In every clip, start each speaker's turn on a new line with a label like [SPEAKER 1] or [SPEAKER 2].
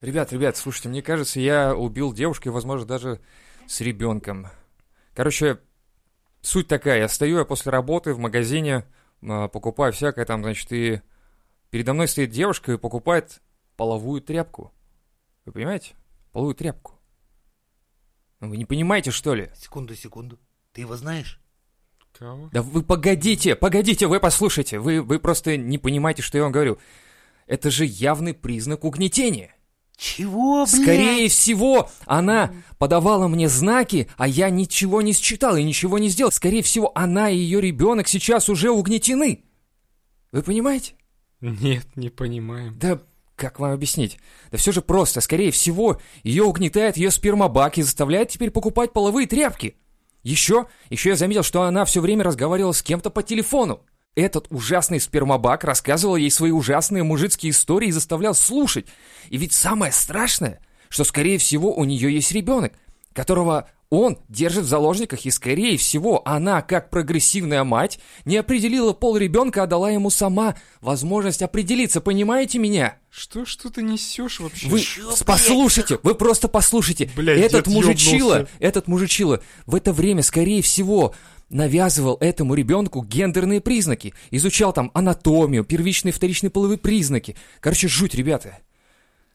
[SPEAKER 1] Ребят, ребят, слушайте, мне кажется, я убил девушку и, возможно, даже с ребенком. Короче, суть такая. Я стою, я после работы в магазине э, покупаю всякое там, значит, и передо мной стоит девушка и покупает половую тряпку. Вы понимаете? Половую тряпку. Ну, Вы не понимаете, что ли?
[SPEAKER 2] Секунду, секунду. Ты его знаешь?
[SPEAKER 3] Кого?
[SPEAKER 1] Да вы погодите, погодите, вы послушайте. Вы, вы просто не понимаете, что я вам говорю. Это же явный признак угнетения.
[SPEAKER 2] Чего, блядь?
[SPEAKER 1] Скорее всего, она подавала мне знаки, а я ничего не считал и ничего не сделал. Скорее всего, она и ее ребенок сейчас уже угнетены. Вы понимаете?
[SPEAKER 3] Нет, не понимаем.
[SPEAKER 1] Да как вам объяснить? Да все же просто. Скорее всего, ее угнетает ее спермобак и заставляет теперь покупать половые тряпки. Еще, еще я заметил, что она все время разговаривала с кем-то по телефону. Этот ужасный спермобак рассказывал ей свои ужасные мужицкие истории и заставлял слушать. И ведь самое страшное, что, скорее всего, у нее есть ребенок, которого он держит в заложниках, и, скорее всего, она, как прогрессивная мать, не определила пол ребенка, а дала ему сама возможность определиться, понимаете меня?
[SPEAKER 3] Что, что ты несешь вообще?
[SPEAKER 1] Вы
[SPEAKER 2] Чё, блядь?
[SPEAKER 1] послушайте, вы просто послушайте.
[SPEAKER 3] Блядь,
[SPEAKER 1] этот
[SPEAKER 3] дед
[SPEAKER 1] мужичила,
[SPEAKER 3] ёбнулся.
[SPEAKER 1] этот мужичила в это время, скорее всего, навязывал этому ребенку гендерные признаки. Изучал там анатомию, первичные, вторичные половые признаки. Короче, жуть, ребята.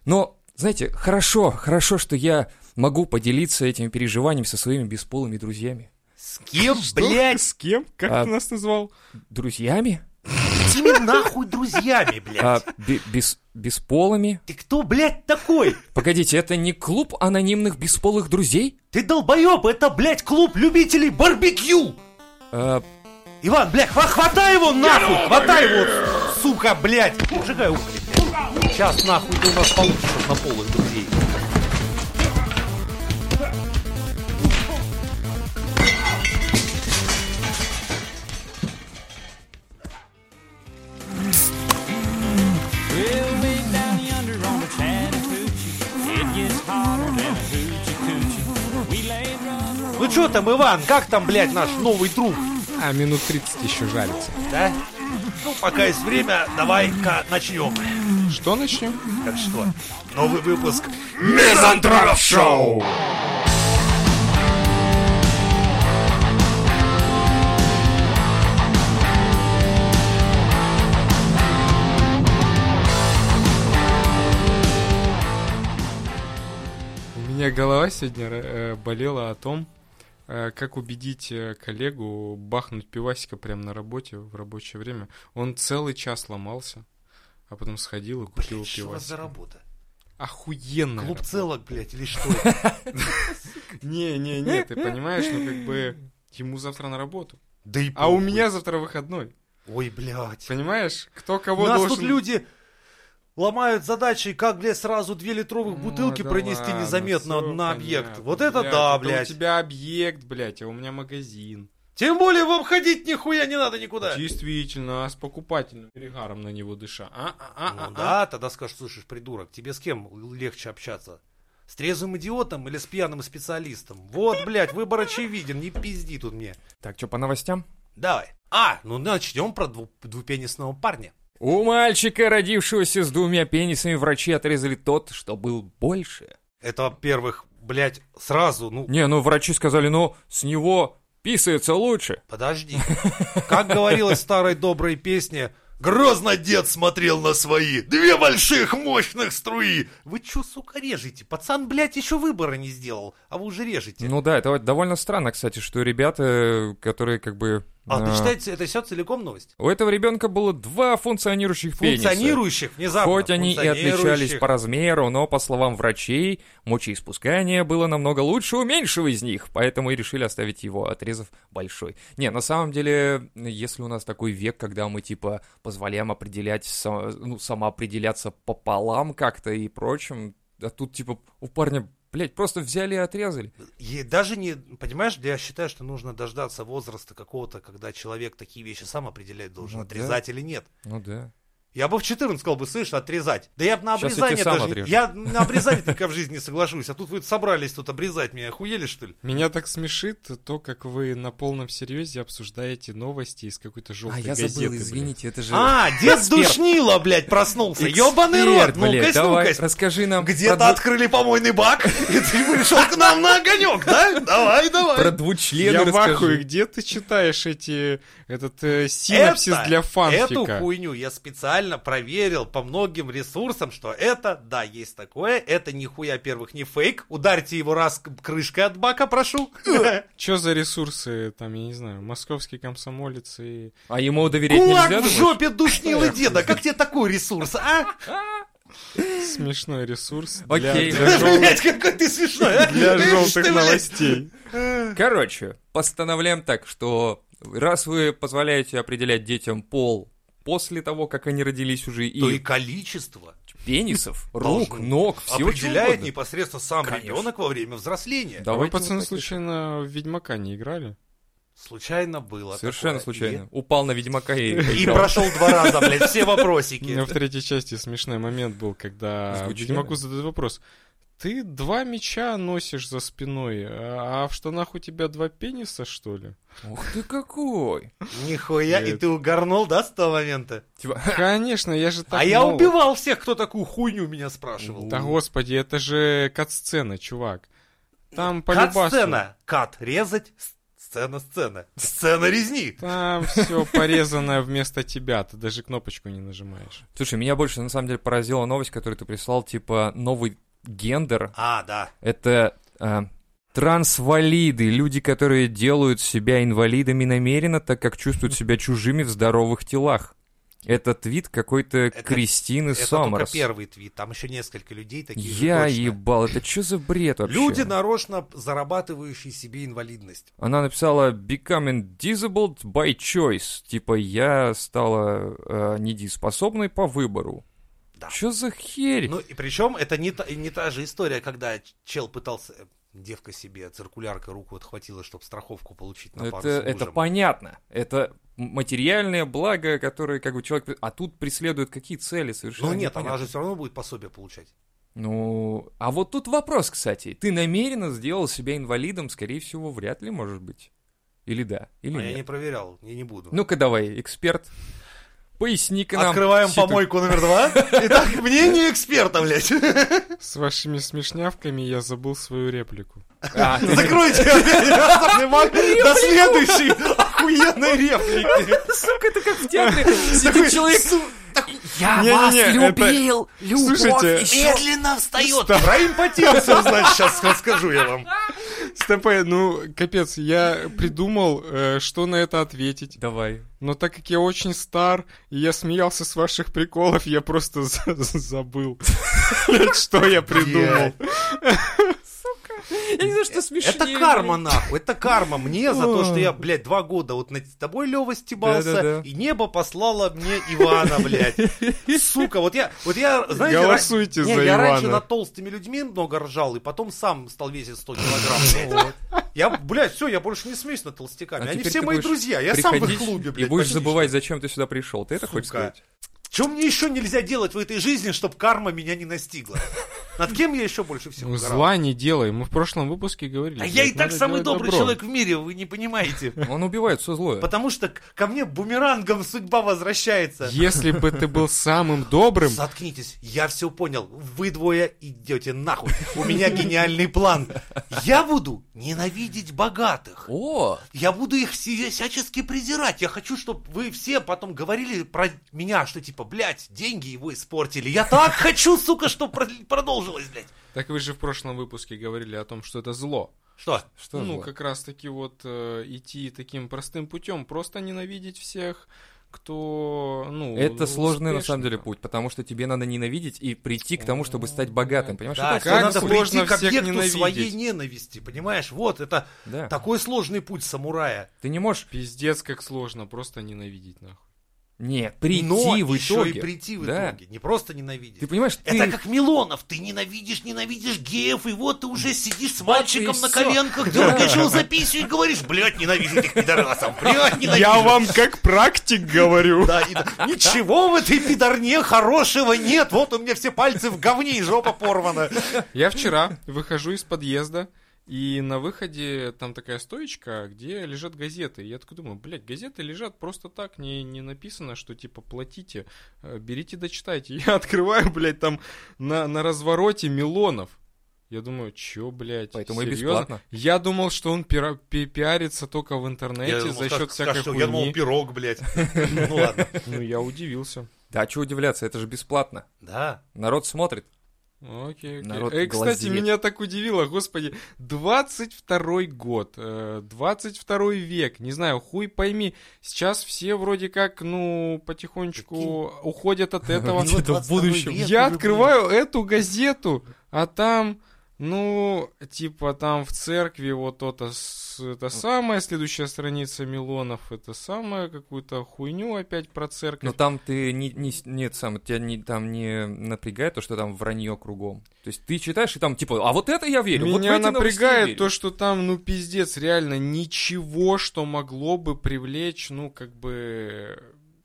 [SPEAKER 1] Но, знаете, хорошо, хорошо, что я могу поделиться этими переживаниями со своими бесполыми друзьями.
[SPEAKER 2] С кем,
[SPEAKER 3] Что?
[SPEAKER 2] блядь?
[SPEAKER 3] С кем? Как
[SPEAKER 1] А.
[SPEAKER 3] ты нас назвал?
[SPEAKER 1] Друзьями?
[SPEAKER 2] С теми нахуй друзьями, блядь?
[SPEAKER 1] А, бе- бес- бесполыми?
[SPEAKER 2] Ты кто, блядь, такой?
[SPEAKER 1] Погодите, это не клуб анонимных бесполых друзей?
[SPEAKER 2] Ты долбоеб, это, блядь, клуб любителей барбекю!
[SPEAKER 1] А,
[SPEAKER 2] Иван, блядь, хва- хватай его нахуй! Хватай его, сука, блядь! Сжигай угли, блядь. Сейчас нахуй ты у нас получишь на полых друзей.
[SPEAKER 4] We'll be down yonder on the Chattahoochee. It gets hotter than a hoochie coochie. We lay rubber.
[SPEAKER 2] Ну чё там, Иван, как там, блядь, наш новый друг?
[SPEAKER 3] А, минут 30 еще жарится.
[SPEAKER 2] Да? Ну, пока есть время, давай-ка начнем.
[SPEAKER 3] Что начнем?
[SPEAKER 2] Как что? Новый выпуск.
[SPEAKER 3] Мизантроп Шоу! У меня голова сегодня э, болела о том, э, как убедить э, коллегу бахнуть пивасика прямо на работе в рабочее время. Он целый час ломался, а потом сходил и купил
[SPEAKER 2] Блядь, что у вас за
[SPEAKER 3] пивасик.
[SPEAKER 2] работа?
[SPEAKER 3] Охуенно.
[SPEAKER 2] Клуб целок, блядь, или что? это?
[SPEAKER 3] Не, не, не, ты понимаешь, ну как бы ему завтра на работу.
[SPEAKER 2] Да и
[SPEAKER 3] А у
[SPEAKER 2] похуй.
[SPEAKER 3] меня завтра выходной.
[SPEAKER 2] Ой, блядь.
[SPEAKER 3] Понимаешь, кто
[SPEAKER 2] У
[SPEAKER 3] кого
[SPEAKER 2] Нас
[SPEAKER 3] должен...
[SPEAKER 2] тут люди ломают задачи, как, блядь, сразу две литровых
[SPEAKER 3] Ну,
[SPEAKER 2] бутылки
[SPEAKER 3] да
[SPEAKER 2] пронести
[SPEAKER 3] ладно,
[SPEAKER 2] незаметно
[SPEAKER 3] всё
[SPEAKER 2] на объект.
[SPEAKER 3] понятно.
[SPEAKER 2] Вот это
[SPEAKER 3] Блядь,
[SPEAKER 2] да,
[SPEAKER 3] это
[SPEAKER 2] блядь.
[SPEAKER 3] У тебя объект, блядь, а у меня магазин.
[SPEAKER 2] Тем более вам ходить нихуя не надо никуда.
[SPEAKER 3] Действительно, а с покупательным перегаром на него дыша. А, а, а, а,
[SPEAKER 2] Ну
[SPEAKER 3] а.
[SPEAKER 2] да, тогда скажешь, слушай, придурок, тебе с кем л- легче общаться? С трезвым идиотом или с пьяным специалистом? Вот, блядь, выбор очевиден, не пизди тут мне.
[SPEAKER 1] так, что по новостям?
[SPEAKER 2] Давай. А, ну начнем про дву- двупенисного парня.
[SPEAKER 1] У мальчика, родившегося с двумя пенисами, врачи отрезали тот, что был больше.
[SPEAKER 2] Это, во-первых, блядь, сразу, ну,
[SPEAKER 1] Не, ну врачи сказали, ну, с него писается лучше.
[SPEAKER 2] подожди. Как говорилось в старой доброй песне, Грозно дед смотрел на свои две больших мощных струи. Вы чё, сука, режете? Пацан, блядь, еще выбора не сделал, а вы уже режете.
[SPEAKER 1] Ну да, это вот довольно странно, кстати, что ребята, э, которые как бы...
[SPEAKER 2] а,
[SPEAKER 1] э,
[SPEAKER 2] ты считаете, это все целиком новость?
[SPEAKER 1] У этого ребенка было два функционирующих пениса.
[SPEAKER 2] Функционирующих внезапно.
[SPEAKER 1] Хоть они и отличались
[SPEAKER 2] функционирующих.
[SPEAKER 1] по размеру, но, по словам врачей, мочеиспускание было намного лучше у меньшего из них, поэтому и решили оставить его, отрезав большой. Не, на самом деле, если у нас такой век, когда мы, типа, позволяем определять, са- ну, самоопределяться пополам как-то и прочим, а тут, типа, у парня, блядь, просто взяли и отрезали.
[SPEAKER 2] И даже не, понимаешь, я считаю, что нужно дождаться возраста какого-то, когда человек такие вещи сам определять должен,
[SPEAKER 1] Ну да.
[SPEAKER 2] отрезать или нет.
[SPEAKER 1] Ну да.
[SPEAKER 2] Я бы в 14 сказал бы, слышь, отрезать. Да я бы на
[SPEAKER 1] Щас я тебе
[SPEAKER 2] обрезание
[SPEAKER 1] сам
[SPEAKER 2] даже...
[SPEAKER 1] отрежу.
[SPEAKER 2] Я на обрезание только в жизни не соглашусь. А тут вы собрались тут обрезать меня. Охуели, что ли?
[SPEAKER 3] Меня так смешит то, как вы на полном серьезе обсуждаете новости из какой-то
[SPEAKER 1] А
[SPEAKER 3] желтой
[SPEAKER 1] я
[SPEAKER 3] газеты.
[SPEAKER 1] забыл,
[SPEAKER 3] блин.
[SPEAKER 1] извините, это же...
[SPEAKER 2] А, дед душнило, блядь, проснулся. Ёбаный рот.
[SPEAKER 1] Эксперт,
[SPEAKER 2] Ну, Ну-ка,
[SPEAKER 1] блядь, давай,
[SPEAKER 2] ну-ка.
[SPEAKER 1] расскажи нам
[SPEAKER 2] Где-то
[SPEAKER 1] про, дву-
[SPEAKER 2] открыли помойный бак, и ты пришел к нам на огонек, да? Давай, давай.
[SPEAKER 1] про
[SPEAKER 3] Я
[SPEAKER 1] двучлены
[SPEAKER 3] в
[SPEAKER 1] расскажи.
[SPEAKER 3] ахуе, где ты читаешь эти, этот э, синапсис для
[SPEAKER 2] Эту
[SPEAKER 3] фанфика?
[SPEAKER 2] хуйню я специально проверил по многим ресурсам, что это, да, есть такое, это нихуя, первых, не фейк. Ударьте его раз к- крышкой от бака, прошу.
[SPEAKER 3] Чё за ресурсы, там, я не знаю, московский комсомолец и...
[SPEAKER 1] А ему доверять
[SPEAKER 2] Кулак
[SPEAKER 1] нельзя,
[SPEAKER 2] в
[SPEAKER 1] думаешь?
[SPEAKER 2] жопе душнилы деда, как тебе такой ресурс, а?
[SPEAKER 3] Смешной ресурс для,
[SPEAKER 1] Окей.
[SPEAKER 3] для жёл-
[SPEAKER 2] Блять, какой ты смешной, а?
[SPEAKER 3] для
[SPEAKER 2] Ишь ты,
[SPEAKER 3] желтых
[SPEAKER 2] блядь.
[SPEAKER 3] новостей.
[SPEAKER 1] Короче, постановляем так, что раз вы позволяете определять детям пол после того, как они родились уже,
[SPEAKER 2] То и
[SPEAKER 1] и
[SPEAKER 2] количество
[SPEAKER 1] пенисов,
[SPEAKER 2] должно.
[SPEAKER 1] рук, ног, всего чего
[SPEAKER 2] определяет
[SPEAKER 1] угодно.
[SPEAKER 2] непосредственно сам
[SPEAKER 1] Конечно.
[SPEAKER 2] ребенок во время взросления.
[SPEAKER 1] Да.
[SPEAKER 3] А вы,
[SPEAKER 1] Давайте
[SPEAKER 3] пацаны,
[SPEAKER 1] вот так
[SPEAKER 3] случайно в Ведьмака не играли?
[SPEAKER 2] Случайно было.
[SPEAKER 1] Совершенно
[SPEAKER 2] такое.
[SPEAKER 1] случайно. Упал на Ведьмака и...
[SPEAKER 2] И, и
[SPEAKER 1] поиграл.
[SPEAKER 2] прошел два раза, блядь, все
[SPEAKER 3] У меня
[SPEAKER 2] вопросики.
[SPEAKER 3] в третьей части смешной момент был, когда
[SPEAKER 1] Звучит.
[SPEAKER 3] Ведьмаку задают вопрос. Ты два меча носишь за спиной, а а в штанах у тебя два пениса, что ли?
[SPEAKER 1] Ух ты какой!
[SPEAKER 2] Нихуя, и
[SPEAKER 3] Нет.
[SPEAKER 2] ты угорнул, да, с того момента?
[SPEAKER 1] Типа,
[SPEAKER 3] Конечно, я же так
[SPEAKER 2] а я
[SPEAKER 3] мало.
[SPEAKER 2] убивал всех, кто такую хуйню меня спрашивал.
[SPEAKER 3] Да господи, это же кат-сцена, чувак. Там по
[SPEAKER 2] Кат-сцена. Кат резать, с- сцена, сцена. Сцена резни.
[SPEAKER 3] Там все порезано вместо тебя, ты даже кнопочку не нажимаешь.
[SPEAKER 1] Слушай, меня больше на самом деле поразила новость, которую ты прислал, типа новый гендер.
[SPEAKER 2] А, да.
[SPEAKER 1] Это а, трансвалиды, люди, которые делают себя инвалидами намеренно, так как чувствуют себя чужими в здоровых телах. Это твит какой-то Кристины
[SPEAKER 2] Это
[SPEAKER 1] Саммерс.
[SPEAKER 2] только первый твит. Там еще несколько людей такие же
[SPEAKER 1] Я
[SPEAKER 2] точно.
[SPEAKER 1] ебал, это что за бред вообще?
[SPEAKER 2] Люди, нарочно зарабатывающие себе инвалидность.
[SPEAKER 1] Она написала Becoming disabled by choice. Типа я стала э, недееспособной по выбору.
[SPEAKER 2] Да.
[SPEAKER 1] Что за херь?
[SPEAKER 2] Ну, и причем это не та, не та же история, когда чел пытался... э, Девка себе циркуляркой руку отхватила, чтобы страховку получить на пару
[SPEAKER 1] это,
[SPEAKER 2] с
[SPEAKER 1] это
[SPEAKER 2] мужем.
[SPEAKER 1] понятно. Это материальное благо, которое как бы человек... А тут преследует какие цели совершенно
[SPEAKER 2] Ну нет,
[SPEAKER 1] непонятно.
[SPEAKER 2] она же все равно будет пособие получать.
[SPEAKER 1] Ну, а вот тут вопрос, кстати. Ты намеренно сделал себя инвалидом, скорее всего, вряд ли, может быть. Или да, или
[SPEAKER 2] А я
[SPEAKER 1] нет.
[SPEAKER 2] не проверял, я не буду.
[SPEAKER 1] Ну-ка давай, эксперт, поясни-ка нам.
[SPEAKER 2] Открываем
[SPEAKER 1] ситу-
[SPEAKER 2] помойку номер два. Итак, мнение эксперта, блядь.
[SPEAKER 3] С вашими смешнявками я забыл свою реплику.
[SPEAKER 1] А, ты-
[SPEAKER 2] Закройте опять реакторный маг до следующей охуенной реплики.
[SPEAKER 1] сука, это как в театре. Сидит человек...
[SPEAKER 2] А,
[SPEAKER 1] Я
[SPEAKER 3] Не-не-не,
[SPEAKER 1] вас
[SPEAKER 3] это-
[SPEAKER 1] любил, любовь
[SPEAKER 3] Слушайте,
[SPEAKER 1] ещё».
[SPEAKER 2] Медленно встает. Про импотенцию, значит, сейчас расскажу я вам.
[SPEAKER 3] Стопэ, ну, капец, я придумал, э, что на это ответить.
[SPEAKER 1] Давай.
[SPEAKER 3] Но так как я очень стар, и я смеялся с ваших приколов, я просто за- забыл, что я придумал.
[SPEAKER 1] Я не знаю, что смешнее.
[SPEAKER 2] Это карма, нахуй, это карма мне за то, что я, блядь, два года вот над тобой, Лёва, стебался,
[SPEAKER 1] Да-да-да.
[SPEAKER 2] и небо послало мне Ивана, блядь. Сука, вот я, вот я, знаете... ра-
[SPEAKER 3] Голосуйте
[SPEAKER 2] не,
[SPEAKER 3] за
[SPEAKER 2] я раньше
[SPEAKER 3] Ивана.
[SPEAKER 2] над толстыми людьми много ржал, и потом сам стал весить 100 килограмм. Я, блядь, все, я больше не смеюсь над толстяками.
[SPEAKER 1] А
[SPEAKER 2] Они
[SPEAKER 1] теперь
[SPEAKER 2] все
[SPEAKER 1] ты
[SPEAKER 2] мои
[SPEAKER 1] будешь
[SPEAKER 2] друзья, я сам в их
[SPEAKER 1] приходить
[SPEAKER 2] клубе,
[SPEAKER 1] И
[SPEAKER 2] блядь.
[SPEAKER 1] будешь
[SPEAKER 2] почти.
[SPEAKER 1] забывать, зачем ты сюда пришел. Ты это хочешь
[SPEAKER 2] Сука.
[SPEAKER 1] сказать?
[SPEAKER 2] Что мне еще нельзя делать в этой жизни, чтобы карма меня не настигла? Над кем я еще больше всего
[SPEAKER 3] Ну,
[SPEAKER 2] угорал?
[SPEAKER 3] Зла не делай, мы в прошлом выпуске говорили.
[SPEAKER 2] А я
[SPEAKER 3] блядь,
[SPEAKER 2] и так
[SPEAKER 3] надо
[SPEAKER 2] самый
[SPEAKER 3] делать
[SPEAKER 2] добрый
[SPEAKER 3] добро.
[SPEAKER 2] человек в мире, вы не понимаете.
[SPEAKER 1] Он убивает все злое.
[SPEAKER 2] Потому что к- ко мне бумерангом судьба возвращается.
[SPEAKER 3] Если бы ты был самым добрым,
[SPEAKER 2] Заткнитесь, я все понял. Вы двое идете нахуй. У меня гениальный план. Я буду ненавидеть богатых.
[SPEAKER 1] О,
[SPEAKER 2] Я буду их все- всячески презирать. Я хочу, чтобы вы все потом говорили про меня, что типа, блядь, деньги его испортили. Я так хочу, сука, что продолжилось, блядь.
[SPEAKER 3] Так вы же в прошлом выпуске говорили о том, что это зло.
[SPEAKER 2] Что?
[SPEAKER 1] что
[SPEAKER 3] ну,
[SPEAKER 1] зло?
[SPEAKER 3] как раз таки вот э, идти таким простым путем, просто ненавидеть всех, кто, ну...
[SPEAKER 1] Это сложный на самом деле
[SPEAKER 3] успешно.
[SPEAKER 1] путь, потому что тебе надо ненавидеть и прийти к тому, чтобы стать богатым. Понимаешь,
[SPEAKER 2] Да,
[SPEAKER 1] это
[SPEAKER 2] всё
[SPEAKER 3] как
[SPEAKER 2] надо
[SPEAKER 3] сложно
[SPEAKER 2] прийти к
[SPEAKER 3] всех
[SPEAKER 2] объекту
[SPEAKER 3] ненавидеть.
[SPEAKER 2] своей ненависти, понимаешь? Вот, это
[SPEAKER 1] Да.
[SPEAKER 2] такой сложный путь самурая.
[SPEAKER 1] Ты не можешь.
[SPEAKER 3] Пиздец, как сложно просто ненавидеть, нахуй.
[SPEAKER 1] Нет, прийти
[SPEAKER 2] Но
[SPEAKER 1] в
[SPEAKER 2] еще
[SPEAKER 1] итоге.
[SPEAKER 2] и прийти в
[SPEAKER 1] Да.
[SPEAKER 2] итоге. Не просто ненавидеть.
[SPEAKER 1] Ты понимаешь,
[SPEAKER 2] Это
[SPEAKER 1] ты-
[SPEAKER 2] как Милонов, ты ненавидишь, ненавидишь геев, и вот ты уже сидишь с
[SPEAKER 1] и
[SPEAKER 2] мальчиком
[SPEAKER 1] всё.
[SPEAKER 2] на коленках, дергаешь его за писю и говоришь, блядь, ненавижу этих пидорасов, блядь, ненавижу.
[SPEAKER 3] как практик говорю.
[SPEAKER 2] Да, и да. Ничего в этой пидорне хорошего нет, вот у меня все пальцы в говне и жопа порвана.
[SPEAKER 3] Я вчера выхожу из подъезда, и на выходе там такая стоечка, где лежат газеты. Я такой думаю, блядь, газеты лежат просто так, не, не написано, что типа платите, э, берите дочитайте. Я открываю, блядь, там на, на развороте Милонов. Я думаю, чё, блядь,
[SPEAKER 1] Поэтому и
[SPEAKER 3] серьезно?
[SPEAKER 1] бесплатно.
[SPEAKER 3] Я думал, что он пира- пи- пиарится только в интернете
[SPEAKER 2] Я
[SPEAKER 3] за
[SPEAKER 2] думал,
[SPEAKER 3] счет
[SPEAKER 2] скажешь,
[SPEAKER 3] всякой
[SPEAKER 2] что?
[SPEAKER 3] хуйни.
[SPEAKER 2] Я думал, пирог, блядь. Ну ладно.
[SPEAKER 3] Ну, я удивился.
[SPEAKER 1] Да, чего удивляться, это же бесплатно.
[SPEAKER 2] Да.
[SPEAKER 1] Народ смотрит.
[SPEAKER 3] Окей, окей.
[SPEAKER 1] Народ
[SPEAKER 3] Э, кстати,
[SPEAKER 1] глазеет.
[SPEAKER 3] меня так удивило, господи, 22 год, э, 22 век, не знаю, хуй пойми, сейчас все вроде как, ну, потихонечку уходят от этого.
[SPEAKER 1] Где-то в
[SPEAKER 2] 22
[SPEAKER 1] будущем.
[SPEAKER 2] век
[SPEAKER 3] Я
[SPEAKER 2] уже,
[SPEAKER 3] открываю эту газету, а там, ну, типа там в церкви вот то-то, с- это самое, следующая страница Милонов, это самое, какую-то хуйню опять про
[SPEAKER 1] Но
[SPEAKER 3] церковь.
[SPEAKER 1] там ты не, не с- нет, сам, тебя не, там не напрягает то, что там вранье кругом. То есть ты читаешь и там типа, а вот это я верю, вот в
[SPEAKER 3] Меня
[SPEAKER 1] эти новости я
[SPEAKER 3] напрягает
[SPEAKER 1] верю».
[SPEAKER 3] то, что там, ну, пиздец, реально ничего, что могло бы привлечь, ну, как бы,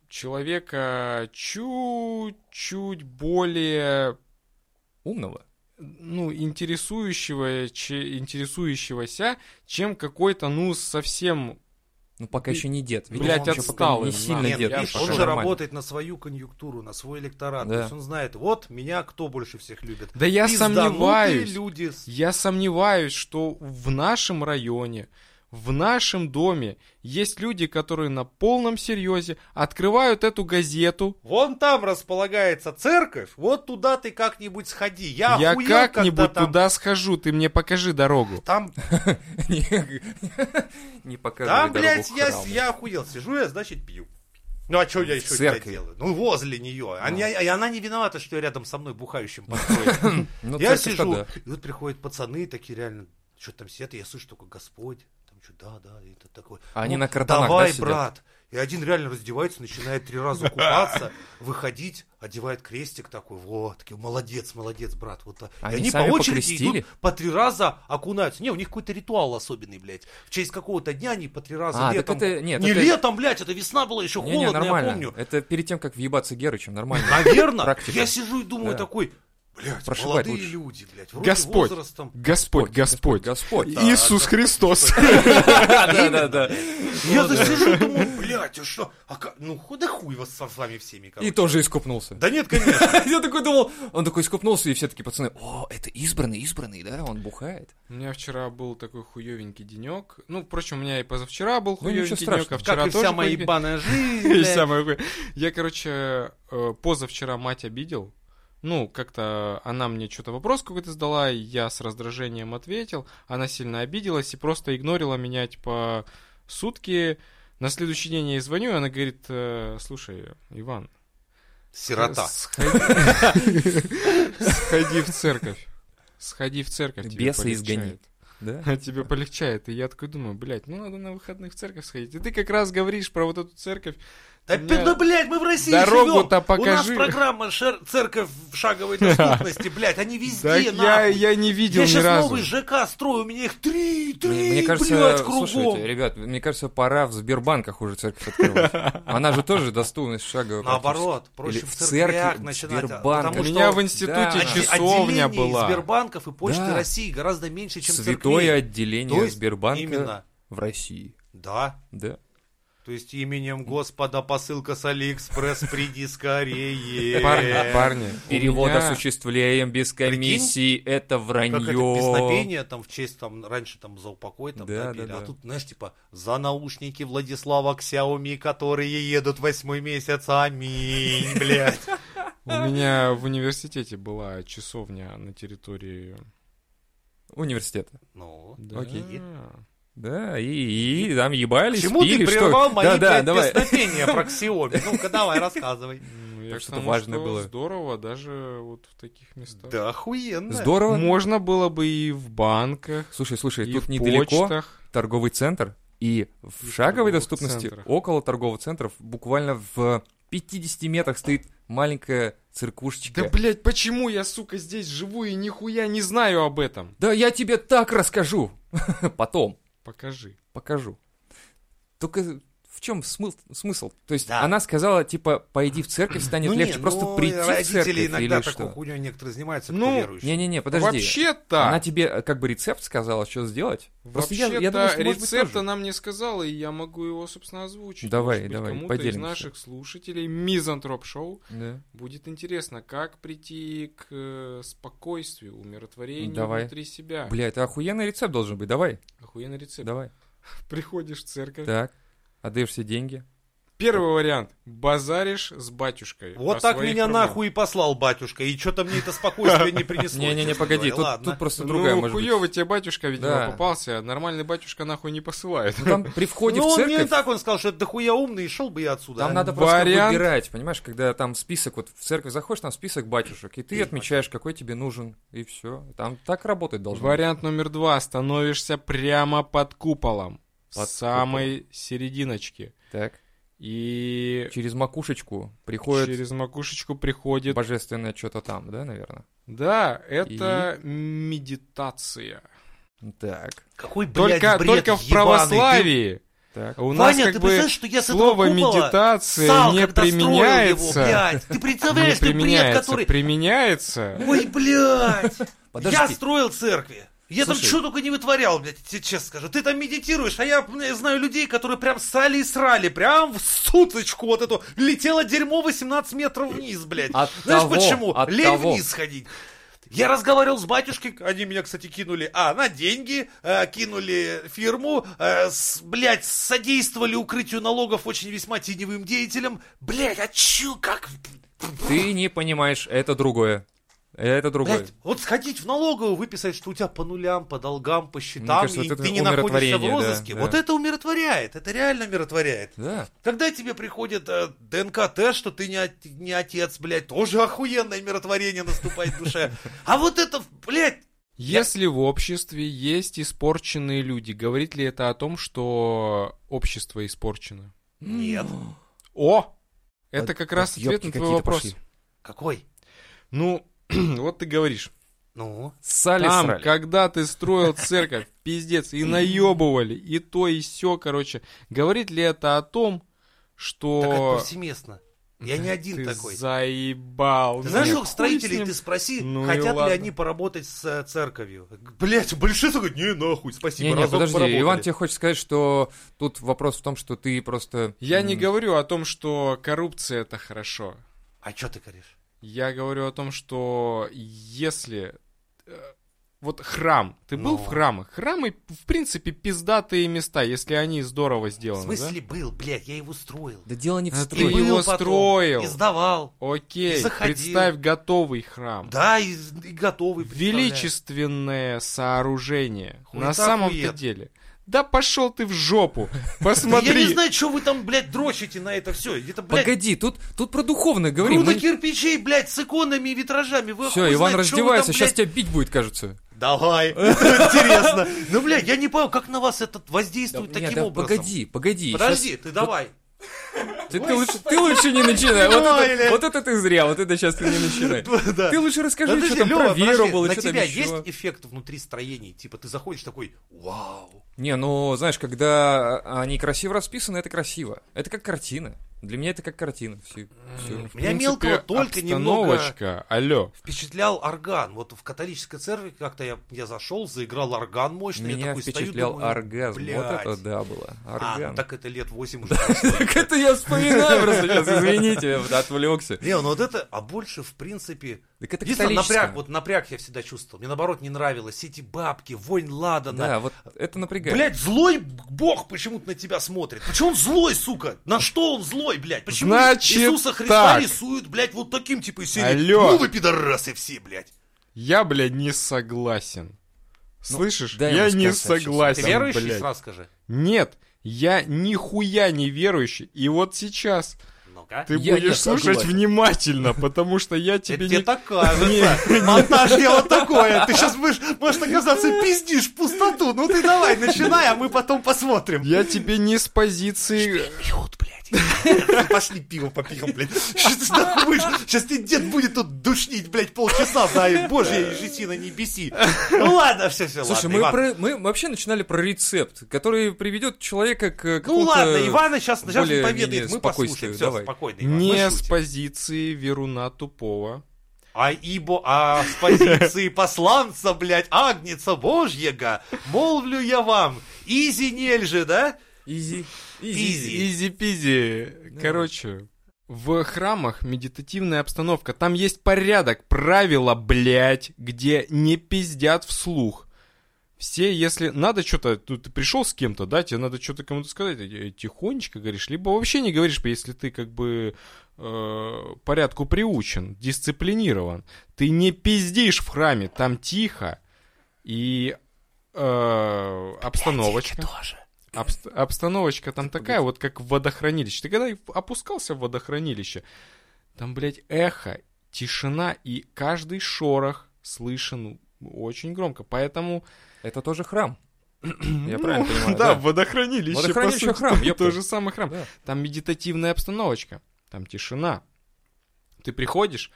[SPEAKER 3] человека чуть-чуть более,
[SPEAKER 1] Умного.
[SPEAKER 3] ну, интересующего, че- интересующегося, чем какой-то, ну, совсем...
[SPEAKER 1] Ну пока
[SPEAKER 3] Ты,
[SPEAKER 1] еще не дед. Видишь,
[SPEAKER 3] блядь,
[SPEAKER 1] он еще
[SPEAKER 3] отсталый,
[SPEAKER 1] пока не
[SPEAKER 3] нахуй.
[SPEAKER 1] сильно
[SPEAKER 3] Нет,
[SPEAKER 1] дед.
[SPEAKER 3] я
[SPEAKER 2] видишь,
[SPEAKER 1] А, пока
[SPEAKER 2] он же
[SPEAKER 1] нормально.
[SPEAKER 2] работает на свою конъюнктуру, на свой электорат.
[SPEAKER 1] Да.
[SPEAKER 2] То есть он знает, вот меня кто больше всех любит.
[SPEAKER 3] Да я
[SPEAKER 2] Пизданутые
[SPEAKER 3] сомневаюсь.
[SPEAKER 2] люди. с-
[SPEAKER 3] Я сомневаюсь, что в нашем районе, в нашем доме есть люди, которые на полном серьезе открывают эту газету,
[SPEAKER 2] Вон там располагается церковь, вот туда ты как-нибудь сходи. Я,
[SPEAKER 3] Я
[SPEAKER 2] охуел, когда
[SPEAKER 3] как-нибудь
[SPEAKER 2] там...
[SPEAKER 3] туда схожу, ты мне покажи дорогу.
[SPEAKER 2] Там,
[SPEAKER 1] Не- Не показывай
[SPEAKER 2] там,
[SPEAKER 1] дорогу
[SPEAKER 2] блядь,
[SPEAKER 1] к
[SPEAKER 2] я,
[SPEAKER 1] храму.
[SPEAKER 2] я охуел. Сижу я, значит, пью. Ну а что я
[SPEAKER 1] В
[SPEAKER 2] еще
[SPEAKER 1] церкви.
[SPEAKER 2] делаю? Ну возле нее. А не- И она не виновата, что я рядом со мной бухающим подходит.
[SPEAKER 1] Ну,
[SPEAKER 2] я
[SPEAKER 1] церковь-то
[SPEAKER 2] сижу,
[SPEAKER 1] да.
[SPEAKER 2] и вот приходят пацаны такие реально, что там сидят, и я слышу только Господь, там что, да, да, и это такое.
[SPEAKER 1] А они
[SPEAKER 2] «Ну,
[SPEAKER 1] на картонах, да,
[SPEAKER 2] Давай,
[SPEAKER 1] сидят?
[SPEAKER 2] брат. И один реально раздевается, начинает три раза купаться, выходить, одевает крестик такой, вот, такие, молодец, молодец, брат. Вот, так». и
[SPEAKER 1] Они
[SPEAKER 2] они по
[SPEAKER 1] сами
[SPEAKER 2] очереди
[SPEAKER 1] покрестили?
[SPEAKER 2] идут, по три раза окунаются. Не, у них какой-то ритуал особенный, блядь. В честь какого-то дня они по три раза
[SPEAKER 1] А, так
[SPEAKER 2] летом.
[SPEAKER 1] это- нет,
[SPEAKER 2] не
[SPEAKER 1] это-
[SPEAKER 2] летом, блядь, это весна была еще
[SPEAKER 1] Не-не,
[SPEAKER 2] холодно, я
[SPEAKER 1] нормально.
[SPEAKER 2] помню.
[SPEAKER 1] Это перед тем, как въебаться Герычем, нормально.
[SPEAKER 2] Наверное,
[SPEAKER 1] Практика.
[SPEAKER 2] я сижу и думаю
[SPEAKER 1] Да.
[SPEAKER 2] такой, блядь,
[SPEAKER 1] Прошибать
[SPEAKER 2] молодые
[SPEAKER 1] лучше.
[SPEAKER 2] люди, блядь, вроде
[SPEAKER 3] Господь.
[SPEAKER 2] возрастом.
[SPEAKER 3] Господь, Господь,
[SPEAKER 1] Господь.
[SPEAKER 3] Иисус Христос.
[SPEAKER 1] Да, да, да.
[SPEAKER 2] Я тут сижу и думаю, блядь, а что? А как? Ну, ху- да хуй вас со- с вами всеми,
[SPEAKER 1] И
[SPEAKER 2] короче.
[SPEAKER 1] тоже искупнулся.
[SPEAKER 2] Да нет, конечно.
[SPEAKER 1] Я такой думал, он такой искупнулся, и все такие пацаны, о, это избранный, избранный, да, он бухает.
[SPEAKER 3] У меня вчера был такой хуёвенький денек. Ну, впрочем, у меня и позавчера был
[SPEAKER 1] Ну, ничего
[SPEAKER 3] хуёвенький денек, а
[SPEAKER 1] страшного.
[SPEAKER 3] вчера
[SPEAKER 2] Как и
[SPEAKER 3] тоже
[SPEAKER 2] вся моя
[SPEAKER 3] хуёвенький.
[SPEAKER 2] ебаная жизнь,
[SPEAKER 3] И
[SPEAKER 2] блядь.
[SPEAKER 3] самое хуй- Я, короче, э, позавчера мать обидел. Ну, как-то она мне что-то вопрос какой-то задала, и я с раздражением ответил. Она сильно обиделась и просто игнорила меня, типа, сутки. На следующий день я ей звоню, и она говорит, э, слушай, Иван,
[SPEAKER 2] Сирота.
[SPEAKER 3] Сходи- Сходи в церковь. Сходи в церковь. тебе
[SPEAKER 1] Беса
[SPEAKER 3] полегчает.
[SPEAKER 1] изгони. Да?
[SPEAKER 3] А тебе полегчает. И я такой думаю, блядь, ну надо на выходных в церковь сходить. И ты как раз говоришь про вот эту церковь.
[SPEAKER 2] Да,
[SPEAKER 3] У меня
[SPEAKER 2] пи- да, блядь, мы в России живем.
[SPEAKER 3] Дорогу-то
[SPEAKER 2] У нас
[SPEAKER 3] покажи.
[SPEAKER 2] программа шер- «Церковь в шаговой доступности», блядь. Они
[SPEAKER 3] Да
[SPEAKER 2] везде,
[SPEAKER 3] я,
[SPEAKER 2] нахуй.
[SPEAKER 3] я не видел
[SPEAKER 2] Я
[SPEAKER 3] ни
[SPEAKER 2] сейчас
[SPEAKER 3] разу.
[SPEAKER 2] новый ЖК строю, у меня их три,
[SPEAKER 1] Мне,
[SPEAKER 2] три,
[SPEAKER 1] мне кажется,
[SPEAKER 2] блядь,
[SPEAKER 1] слушайте,
[SPEAKER 2] кругом.
[SPEAKER 1] ребят, мне кажется, пора в Сбербанках уже церковь открывать. Она же тоже доступность шаговая.
[SPEAKER 2] Наоборот, проще
[SPEAKER 1] Или
[SPEAKER 2] в
[SPEAKER 1] в церкви,
[SPEAKER 2] церквях
[SPEAKER 1] в
[SPEAKER 2] начинать. а,
[SPEAKER 1] Сбербанке.
[SPEAKER 3] У
[SPEAKER 2] Потому
[SPEAKER 3] меня
[SPEAKER 2] что
[SPEAKER 3] в институте
[SPEAKER 1] Да.
[SPEAKER 3] часовня
[SPEAKER 2] отделений
[SPEAKER 3] была.
[SPEAKER 2] Типа, Сбербанков и Почты
[SPEAKER 1] Типа, Да.
[SPEAKER 2] России гораздо меньше, чем
[SPEAKER 1] практически.
[SPEAKER 2] церквей.
[SPEAKER 1] Святое
[SPEAKER 2] То
[SPEAKER 1] отделение
[SPEAKER 2] есть,
[SPEAKER 1] Сбербанка
[SPEAKER 2] именно.
[SPEAKER 1] в России.
[SPEAKER 2] Да.
[SPEAKER 1] Да.
[SPEAKER 2] То есть именем Господа посылка с Алиэкспресс, приди скорее.
[SPEAKER 3] Парни, Э, парни. у
[SPEAKER 1] Перевод
[SPEAKER 3] меня-
[SPEAKER 1] осуществляем без комиссии, это
[SPEAKER 2] Как это
[SPEAKER 1] вранье.
[SPEAKER 2] песнопение, там в честь там раньше там за упокой там
[SPEAKER 1] Да,
[SPEAKER 2] топили.
[SPEAKER 1] да, да.
[SPEAKER 2] А тут, знаешь, типа за наушники Владислава Ксяоми, которые едут восьмой месяц, аминь, блядь.
[SPEAKER 3] У меня в университете была часовня на территории...
[SPEAKER 1] Университета.
[SPEAKER 2] Ну,
[SPEAKER 3] Да.
[SPEAKER 1] Окей. Да, и, и там ебались,
[SPEAKER 2] Чему
[SPEAKER 1] пили,
[SPEAKER 2] ты прервал
[SPEAKER 1] что...
[SPEAKER 2] мои,
[SPEAKER 1] да, да,
[SPEAKER 2] блядь,
[SPEAKER 1] давай.
[SPEAKER 2] песнопения про Ксиоми? Ну-ка, давай, рассказывай.
[SPEAKER 3] Ну, я
[SPEAKER 1] Так
[SPEAKER 3] к
[SPEAKER 1] что-то
[SPEAKER 3] тому,
[SPEAKER 1] важное
[SPEAKER 3] что
[SPEAKER 1] было.
[SPEAKER 3] здорово даже вот в таких местах.
[SPEAKER 2] Да охуенно.
[SPEAKER 1] Здорово.
[SPEAKER 3] Можно было бы и в банках,
[SPEAKER 1] Слушай, слушай,
[SPEAKER 3] и
[SPEAKER 1] тут
[SPEAKER 3] в
[SPEAKER 1] недалеко
[SPEAKER 3] почтах.
[SPEAKER 1] торговый центр, и в
[SPEAKER 3] И в
[SPEAKER 1] шаговой
[SPEAKER 3] торговых
[SPEAKER 1] доступности
[SPEAKER 3] центрах.
[SPEAKER 1] около торговых центров буквально в 50 метрах стоит маленькая циркушечка.
[SPEAKER 3] Да, блядь, почему я, сука, здесь живу и нихуя не знаю об этом?
[SPEAKER 1] Да я тебе так расскажу. Потом
[SPEAKER 3] Покажи.
[SPEAKER 1] покажу. Только в чем смыл- смысл? То есть
[SPEAKER 2] Да.
[SPEAKER 1] она сказала, типа, пойди в церковь, станет
[SPEAKER 2] Ну, не,
[SPEAKER 1] легче. Просто
[SPEAKER 2] ну,
[SPEAKER 1] прийти в
[SPEAKER 2] родители
[SPEAKER 1] церковь
[SPEAKER 2] иногда
[SPEAKER 1] или
[SPEAKER 2] такой
[SPEAKER 1] что?
[SPEAKER 2] хуйней некоторые занимаются,
[SPEAKER 3] Ну,
[SPEAKER 2] кто верующий.
[SPEAKER 1] Не-не-не, подожди.
[SPEAKER 3] Вообще-то...
[SPEAKER 1] Она тебе э, как бы рецепт сказала, что сделать? Просто я,
[SPEAKER 3] Вообще-то
[SPEAKER 1] я думаю, что, может быть,
[SPEAKER 3] рецепт
[SPEAKER 1] тоже.
[SPEAKER 3] она мне сказала, и я могу его, собственно, озвучить.
[SPEAKER 1] Давай,
[SPEAKER 3] Может быть,
[SPEAKER 1] давай,
[SPEAKER 3] кому-то из
[SPEAKER 1] поделимся.
[SPEAKER 3] наших слушателей Мизантроп Шоу
[SPEAKER 1] Да.
[SPEAKER 3] будет интересно, как прийти к э, спокойствию, умиротворению
[SPEAKER 1] Давай.
[SPEAKER 3] внутри себя.
[SPEAKER 1] Бля, это охуенный рецепт должен быть. Давай,
[SPEAKER 3] Охуенный рецепт.
[SPEAKER 1] давай.
[SPEAKER 3] Приходишь в церковь.
[SPEAKER 1] Так, отдаешь все деньги.
[SPEAKER 3] Первый вариант. Базаришь с батюшкой.
[SPEAKER 2] Вот
[SPEAKER 3] о
[SPEAKER 2] так
[SPEAKER 3] своих
[SPEAKER 2] меня
[SPEAKER 3] проблемах.
[SPEAKER 2] нахуй и послал батюшка, и что-то мне это спокойствие не принесло.
[SPEAKER 1] Не-не-не,
[SPEAKER 2] честно
[SPEAKER 1] погоди,
[SPEAKER 2] говоря.
[SPEAKER 1] тут,
[SPEAKER 2] Ладно.
[SPEAKER 1] тут просто
[SPEAKER 3] Ну,
[SPEAKER 1] другая может быть.
[SPEAKER 3] хуёвый тебе батюшка, видимо,
[SPEAKER 1] Да.
[SPEAKER 3] попался. а Нормальный батюшка нахуй не посылает.
[SPEAKER 1] Ну, там при входе
[SPEAKER 2] Ну,
[SPEAKER 1] в
[SPEAKER 2] он мне и
[SPEAKER 1] церковь,
[SPEAKER 2] так он сказал, что это дохуя умный, и шел бы я отсюда.
[SPEAKER 1] там
[SPEAKER 2] а.
[SPEAKER 1] надо просто
[SPEAKER 3] Вариант.
[SPEAKER 1] выбирать, понимаешь, когда там список, вот в церковь заходишь, там список батюшек, и ты отмечаешь, какой тебе нужен, и все. Там так работать должно быть.
[SPEAKER 3] Вариант номер два. Становишься прямо под куполом.
[SPEAKER 1] Под
[SPEAKER 3] Под самой серединочки.
[SPEAKER 1] Так,
[SPEAKER 3] И
[SPEAKER 1] через макушечку приходит
[SPEAKER 3] через макушечку приходит...
[SPEAKER 1] божественное что-то там, да, наверное?
[SPEAKER 3] Да, это медитация.
[SPEAKER 1] Так,
[SPEAKER 2] Какой, блядь,
[SPEAKER 3] Только,
[SPEAKER 2] бред
[SPEAKER 3] только в
[SPEAKER 2] ебаный,
[SPEAKER 3] православии
[SPEAKER 1] так.
[SPEAKER 3] у
[SPEAKER 2] ты-
[SPEAKER 3] нас
[SPEAKER 2] Ваня,
[SPEAKER 3] как
[SPEAKER 2] ты
[SPEAKER 3] бы
[SPEAKER 2] представляешь, что я с этого
[SPEAKER 3] слово
[SPEAKER 2] купола
[SPEAKER 3] медитация
[SPEAKER 2] ссал,
[SPEAKER 3] не
[SPEAKER 2] когда строил его,
[SPEAKER 3] применяется.
[SPEAKER 2] блядь. Ты
[SPEAKER 3] Не
[SPEAKER 2] представляешь, ты бред,
[SPEAKER 3] применяется.
[SPEAKER 2] который...
[SPEAKER 3] Применяется.
[SPEAKER 2] Ой, блядь.
[SPEAKER 1] Подожди.
[SPEAKER 2] Я строил церкви. Я там
[SPEAKER 1] Слушай.
[SPEAKER 2] что только не вытворял, блядь, я тебе честно скажу. Ты там медитируешь, а я м, я знаю людей, которые прям сали и срали, прям в суточку вот эту. Летело дерьмо 18 метров вниз, блядь.
[SPEAKER 1] От
[SPEAKER 2] Знаешь
[SPEAKER 1] того,
[SPEAKER 2] почему?
[SPEAKER 1] от
[SPEAKER 2] Лень
[SPEAKER 1] того.
[SPEAKER 2] вниз ходить. Я разговаривал с батюшкой, они меня, кстати, кинули, а, на деньги, э, кинули фирму, э, с, блядь, содействовали укрытию налогов очень весьма теневым деятелям. Блядь, а чё, как,
[SPEAKER 1] Ты не понимаешь, это другое. Это другое.
[SPEAKER 2] Блядь, вот сходить в налоговую, выписать, что у тебя по нулям, по долгам, по
[SPEAKER 1] Мне
[SPEAKER 2] счетам,
[SPEAKER 1] кажется,
[SPEAKER 2] и
[SPEAKER 1] вот это
[SPEAKER 2] ты не находишься в
[SPEAKER 1] умиротворение, да,
[SPEAKER 2] розыске.
[SPEAKER 1] да.
[SPEAKER 2] Вот это умиротворяет, это реально умиротворяет.
[SPEAKER 1] Да.
[SPEAKER 2] Когда тебе приходит э, ДНК-тест, что ты не, от- не отец, блядь, тоже охуенное умиротворение наступает в душе. А вот это, блядь,
[SPEAKER 3] Если в обществе есть испорченные люди, говорит ли это о том, что общество испорчено?
[SPEAKER 2] нет.
[SPEAKER 3] О!
[SPEAKER 1] Вот-
[SPEAKER 3] Это как
[SPEAKER 1] вот
[SPEAKER 3] раз ответ
[SPEAKER 1] ёбки
[SPEAKER 3] на твой
[SPEAKER 1] какие-то
[SPEAKER 3] вопрос.
[SPEAKER 1] пошли.
[SPEAKER 2] Какой?
[SPEAKER 3] Ну, вот ты говоришь.
[SPEAKER 2] Ну,
[SPEAKER 1] Ссали,
[SPEAKER 3] Там,
[SPEAKER 1] срали.
[SPEAKER 3] когда ты строил церковь, пиздец, и наебывали, и то, и все, короче. Говорит ли это о том,
[SPEAKER 2] так это
[SPEAKER 3] что...
[SPEAKER 2] повсеместно. Я не один
[SPEAKER 3] ты
[SPEAKER 2] такой.
[SPEAKER 3] заебал.
[SPEAKER 2] Ты знаешь,
[SPEAKER 3] Ну,
[SPEAKER 2] у
[SPEAKER 3] хуй с
[SPEAKER 2] строителей
[SPEAKER 3] ним.
[SPEAKER 2] ты спроси,
[SPEAKER 3] Ну и
[SPEAKER 2] хотят ли
[SPEAKER 3] ладно.
[SPEAKER 2] они поработать с э, церковью. Блять, большинство говорят, не, нахуй, спасибо,
[SPEAKER 1] Не-не,
[SPEAKER 2] типа разок
[SPEAKER 1] подожди,
[SPEAKER 2] поработали».
[SPEAKER 1] Иван тебе хочет сказать, что тут вопрос в том, что ты просто...
[SPEAKER 3] Я не
[SPEAKER 1] м,
[SPEAKER 3] говорю о том, что коррупция это хорошо.
[SPEAKER 2] А чё ты говоришь?
[SPEAKER 3] Я говорю о том, что если... э, Вот храм. Ты был
[SPEAKER 2] Ну.
[SPEAKER 3] в храмах? Храмы, в принципе, пиздатые места, если они здорово сделаны,
[SPEAKER 2] В смысле был, блядь, я его строил.
[SPEAKER 1] Да дело не в
[SPEAKER 3] А ты
[SPEAKER 1] строе.
[SPEAKER 2] И был
[SPEAKER 3] его
[SPEAKER 2] потом,
[SPEAKER 3] строил.
[SPEAKER 2] И сдавал.
[SPEAKER 3] да? Окей,
[SPEAKER 2] заходил.
[SPEAKER 3] представь готовый храм.
[SPEAKER 2] Да, и, и готовый. представляю.
[SPEAKER 3] Величественное сооружение.
[SPEAKER 2] Хуета
[SPEAKER 3] на самом-то
[SPEAKER 2] хует.
[SPEAKER 3] деле. Да пошел ты в жопу.
[SPEAKER 2] Да Я не
[SPEAKER 3] Посмотри.
[SPEAKER 2] знаю, что вы там, блядь, дрочите на это все. Это, блядь,
[SPEAKER 1] Погоди, тут, тут про духовное говорим.
[SPEAKER 2] груда
[SPEAKER 1] мы-
[SPEAKER 2] кирпичей, блядь, с иконами и витражами. Вы
[SPEAKER 1] Все,
[SPEAKER 2] хуй
[SPEAKER 1] Иван
[SPEAKER 2] знает, чё вы
[SPEAKER 1] раздевается,
[SPEAKER 2] там,
[SPEAKER 1] сейчас
[SPEAKER 2] блядь-
[SPEAKER 1] тебя бить будет, кажется.
[SPEAKER 2] Давай, интересно. Ну, блядь, я не понял, как на вас этот воздействует
[SPEAKER 1] Да, не,
[SPEAKER 2] таким
[SPEAKER 1] да
[SPEAKER 2] образом.
[SPEAKER 1] Погоди, погоди.
[SPEAKER 2] Подожди, ты давай.
[SPEAKER 1] щас- ты, ты лучше, ты лучше не начинай.
[SPEAKER 2] Ну,
[SPEAKER 1] Вот это, вот это ты зря, вот это сейчас ты не начинай.
[SPEAKER 2] Да.
[SPEAKER 1] Ты лучше расскажи,
[SPEAKER 2] Ну, Подожди,
[SPEAKER 1] что там
[SPEAKER 2] Лёва,
[SPEAKER 1] про веру
[SPEAKER 2] подожди,
[SPEAKER 1] было,
[SPEAKER 2] на
[SPEAKER 1] что там
[SPEAKER 2] тебя
[SPEAKER 1] еще.
[SPEAKER 2] есть эффект внутри строений? Типа ты заходишь такой, вау.
[SPEAKER 1] Не, ну, знаешь, когда они красиво расписаны, это красиво. Это как картина. Для меня это как картина. Всё- всё.
[SPEAKER 2] Меня мелкого только немного...
[SPEAKER 3] Обстановочка, алло.
[SPEAKER 2] впечатлял орган. Вот в католической церкви как-то я, я зашел, заиграл орган мощный. я
[SPEAKER 1] Меня
[SPEAKER 2] такой стою,
[SPEAKER 1] впечатлял
[SPEAKER 2] думаю,
[SPEAKER 1] оргазм. Вот
[SPEAKER 2] «Блядь».
[SPEAKER 1] это да было.
[SPEAKER 2] А,
[SPEAKER 1] Оргазм.
[SPEAKER 2] ну так это лет 8 уже.
[SPEAKER 1] Так это я вспоминаю просто сейчас, извините, вот отвлекся.
[SPEAKER 2] Не, ну вот это, а больше, в принципе...
[SPEAKER 1] Так это
[SPEAKER 2] Единственное,
[SPEAKER 1] католическое.
[SPEAKER 2] напряг, вот напряг я всегда чувствовал. Мне наоборот не нравилось. Эти бабки, вонь ладана.
[SPEAKER 1] Да, вот это напрягает.
[SPEAKER 2] Блять, злой бог почему-то на тебя смотрит. Почему он злой, сука? На что он злой, блядь? Почему
[SPEAKER 3] Значит,
[SPEAKER 2] Иисуса Христа
[SPEAKER 3] так.
[SPEAKER 2] рисуют, блядь, вот таким типа из серии?
[SPEAKER 3] Алло.
[SPEAKER 2] Ну вы пидорасы все, блядь.
[SPEAKER 3] Я, блядь, не согласен. Слышишь?
[SPEAKER 1] дай
[SPEAKER 3] я
[SPEAKER 1] ему
[SPEAKER 3] не
[SPEAKER 1] сказать сейчас.
[SPEAKER 2] Ты
[SPEAKER 3] согласен,
[SPEAKER 2] верующий,
[SPEAKER 3] блядь.
[SPEAKER 2] сразу скажи.
[SPEAKER 3] Нет, я нихуя не верующий. И вот сейчас
[SPEAKER 2] Ну-ка.
[SPEAKER 3] ты
[SPEAKER 1] Я не
[SPEAKER 3] будешь слушать
[SPEAKER 1] согласен.
[SPEAKER 3] внимательно, потому что я
[SPEAKER 2] Это
[SPEAKER 3] тебе
[SPEAKER 2] тебе
[SPEAKER 3] не...
[SPEAKER 2] так кажется. Монтаж дело такое. Ты сейчас будешь, может оказаться, пиздишь в пустоту. Ну ты давай, начинай, а мы потом посмотрим.
[SPEAKER 3] Я тебе не с позиции
[SPEAKER 2] Мьют, блядь. приходи. Пошли пиво попьем, блядь. Что ты нахуй будешь? Сейчас тебе дед будет тут душнить, блядь, полчаса. Да, боже, ежесина, не беси. Ну ладно, все, все,
[SPEAKER 1] Слушай,
[SPEAKER 2] ладно,
[SPEAKER 1] мы,
[SPEAKER 2] Иван.
[SPEAKER 1] про- мы вообще начинали про рецепт, который приведет человека к э,
[SPEAKER 2] Ну
[SPEAKER 1] какому-то
[SPEAKER 2] ладно, Ивана сейчас, сейчас он
[SPEAKER 1] более-менее
[SPEAKER 2] поведает, мы послушаем.
[SPEAKER 1] спокойствию.
[SPEAKER 2] Все,
[SPEAKER 1] Давай.
[SPEAKER 2] спокойно, Иван, мы
[SPEAKER 3] Не
[SPEAKER 2] шутим.
[SPEAKER 3] с позиции Веруна Тупого.
[SPEAKER 2] А ибо, а с позиции посланца, блядь, Агнца Божьего, молвлю я вам, изи нель же, да?
[SPEAKER 1] Изи.
[SPEAKER 2] Изи.
[SPEAKER 3] Изи-пизи.
[SPEAKER 1] Да.
[SPEAKER 3] Короче, в храмах медитативная обстановка. Там есть порядок, правила, блядь, где не пиздят вслух. Все, если надо что-то, ну, ты пришел с кем-то, да, тебе надо что-то кому-то сказать, э, тихонечко говоришь, либо вообще не говоришь, если ты как бы э, порядку приучен, дисциплинирован. Ты не пиздишь в храме, там тихо и э, обстановочка. Обст- обстановочка там такая, вот как в водохранилище. Ты когда опускался в водохранилище, там, блядь, эхо, тишина, и каждый шорох слышен очень громко. Поэтому...
[SPEAKER 1] Это тоже храм. Я правильно понимаю?
[SPEAKER 3] Ну, Да, водохранилище,
[SPEAKER 1] Водохранилище,
[SPEAKER 3] по сути,
[SPEAKER 1] храм,
[SPEAKER 3] там
[SPEAKER 1] ёпта.
[SPEAKER 3] тот же самый храм.
[SPEAKER 1] Да.
[SPEAKER 3] Там медитативная обстановочка, там тишина. Ты приходишь,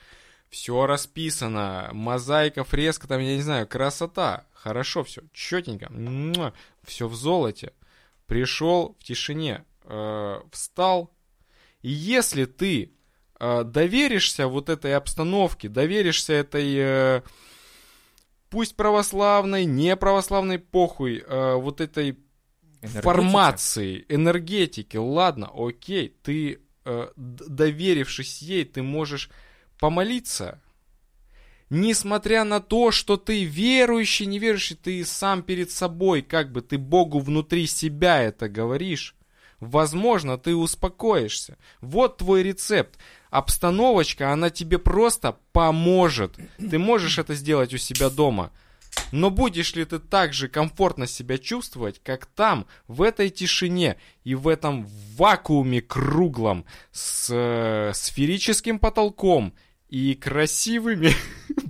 [SPEAKER 3] все расписано, мозаика, фреска, там, я не знаю, красота. Хорошо все, четенько, все в золоте. Пришел в тишине, э, встал. И если ты э, доверишься вот этой обстановке, доверишься этой... э, Пусть православной, неправославной, похуй, э, вот этой
[SPEAKER 1] Энергетики.
[SPEAKER 3] формации, энергетики, ладно, окей, ты, э, д- доверившись ей, ты можешь помолиться. Несмотря на то, что ты верующий, неверующий, ты сам перед собой, как бы ты Богу внутри себя это говоришь, возможно, ты успокоишься. Вот твой рецепт. Обстановочка, она тебе просто поможет. Ты можешь это сделать у себя дома. Но будешь ли ты так же комфортно себя чувствовать, как там, в этой тишине и в этом вакууме круглом с э, сферическим потолком и красивыми...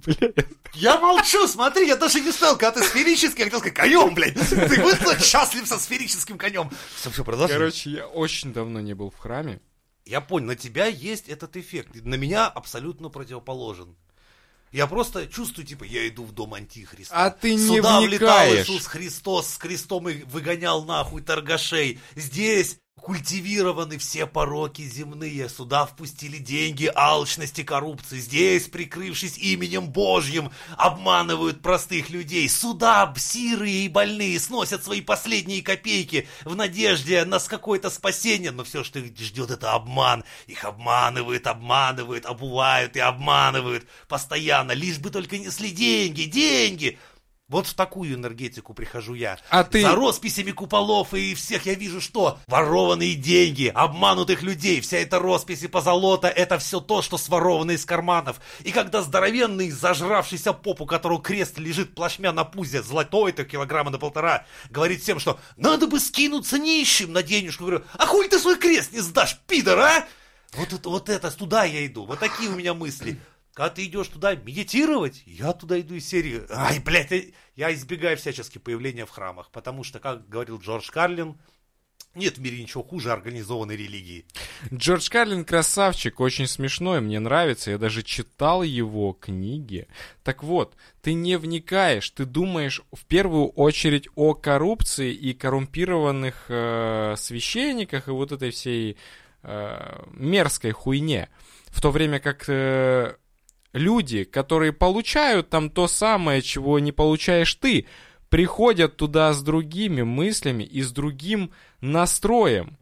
[SPEAKER 3] Бля,
[SPEAKER 2] Я молчу, смотри, я даже не стал, когда ты сферический, я хотел сказать, конем, блядь, ты будешь так счастлив со сферическим конем. Все, все, продолжай.
[SPEAKER 3] Короче, я очень давно не был в храме.
[SPEAKER 2] Я понял, на тебя есть этот эффект, на меня абсолютно противоположен. Я просто чувствую, типа, я иду в дом Антихриста.
[SPEAKER 3] А ты не
[SPEAKER 2] Сюда влетал
[SPEAKER 3] вникаешь.
[SPEAKER 2] Иисус Христос, с крестом и выгонял нахуй торгашей. Здесь культивированы все пороки земные. Сюда впустили деньги, алчность и коррупции. Здесь, прикрывшись именем Божьим, обманывают простых людей. Сюда сирые и больные сносят свои последние копейки в надежде на с- какое-то спасение. Но все, что их ждет, это обман. Их обманывают, обманывают, обувают и обманывают постоянно. Лишь бы только несли деньги, деньги. Вот в такую энергетику прихожу я.
[SPEAKER 3] А ты-
[SPEAKER 2] За росписями куполов и всех я вижу, что ворованные деньги, обманутых людей, вся эта роспись и позолота, это все то, что своровано из карманов. И когда здоровенный, зажравшийся поп, у которого крест лежит плашмя на пузе, золотой-то килограмма на полтора, говорит всем, что надо бы скинуться нищим на денежку. Говорю, а хуй ты свой крест не сдашь, пидор, а? Вот, это- вот это, туда я иду. Вот такие у меня мысли. Когда ты идешь туда медитировать, я туда иду из серии. Ай, блядь, э, я избегаю всячески появления в храмах, потому что, как говорил Джордж Карлин, нет в мире ничего хуже организованной религии.
[SPEAKER 3] Джордж Карлин красавчик, очень смешной, мне нравится, я даже читал его книги. Так вот, ты не вникаешь, ты думаешь в первую очередь о коррупции и коррумпированных э, священниках и вот этой всей э, мерзкой хуйне. В то время как э, люди, которые получают там то самое, чего не получаешь ты, приходят туда с другими мыслями и с другим настроем.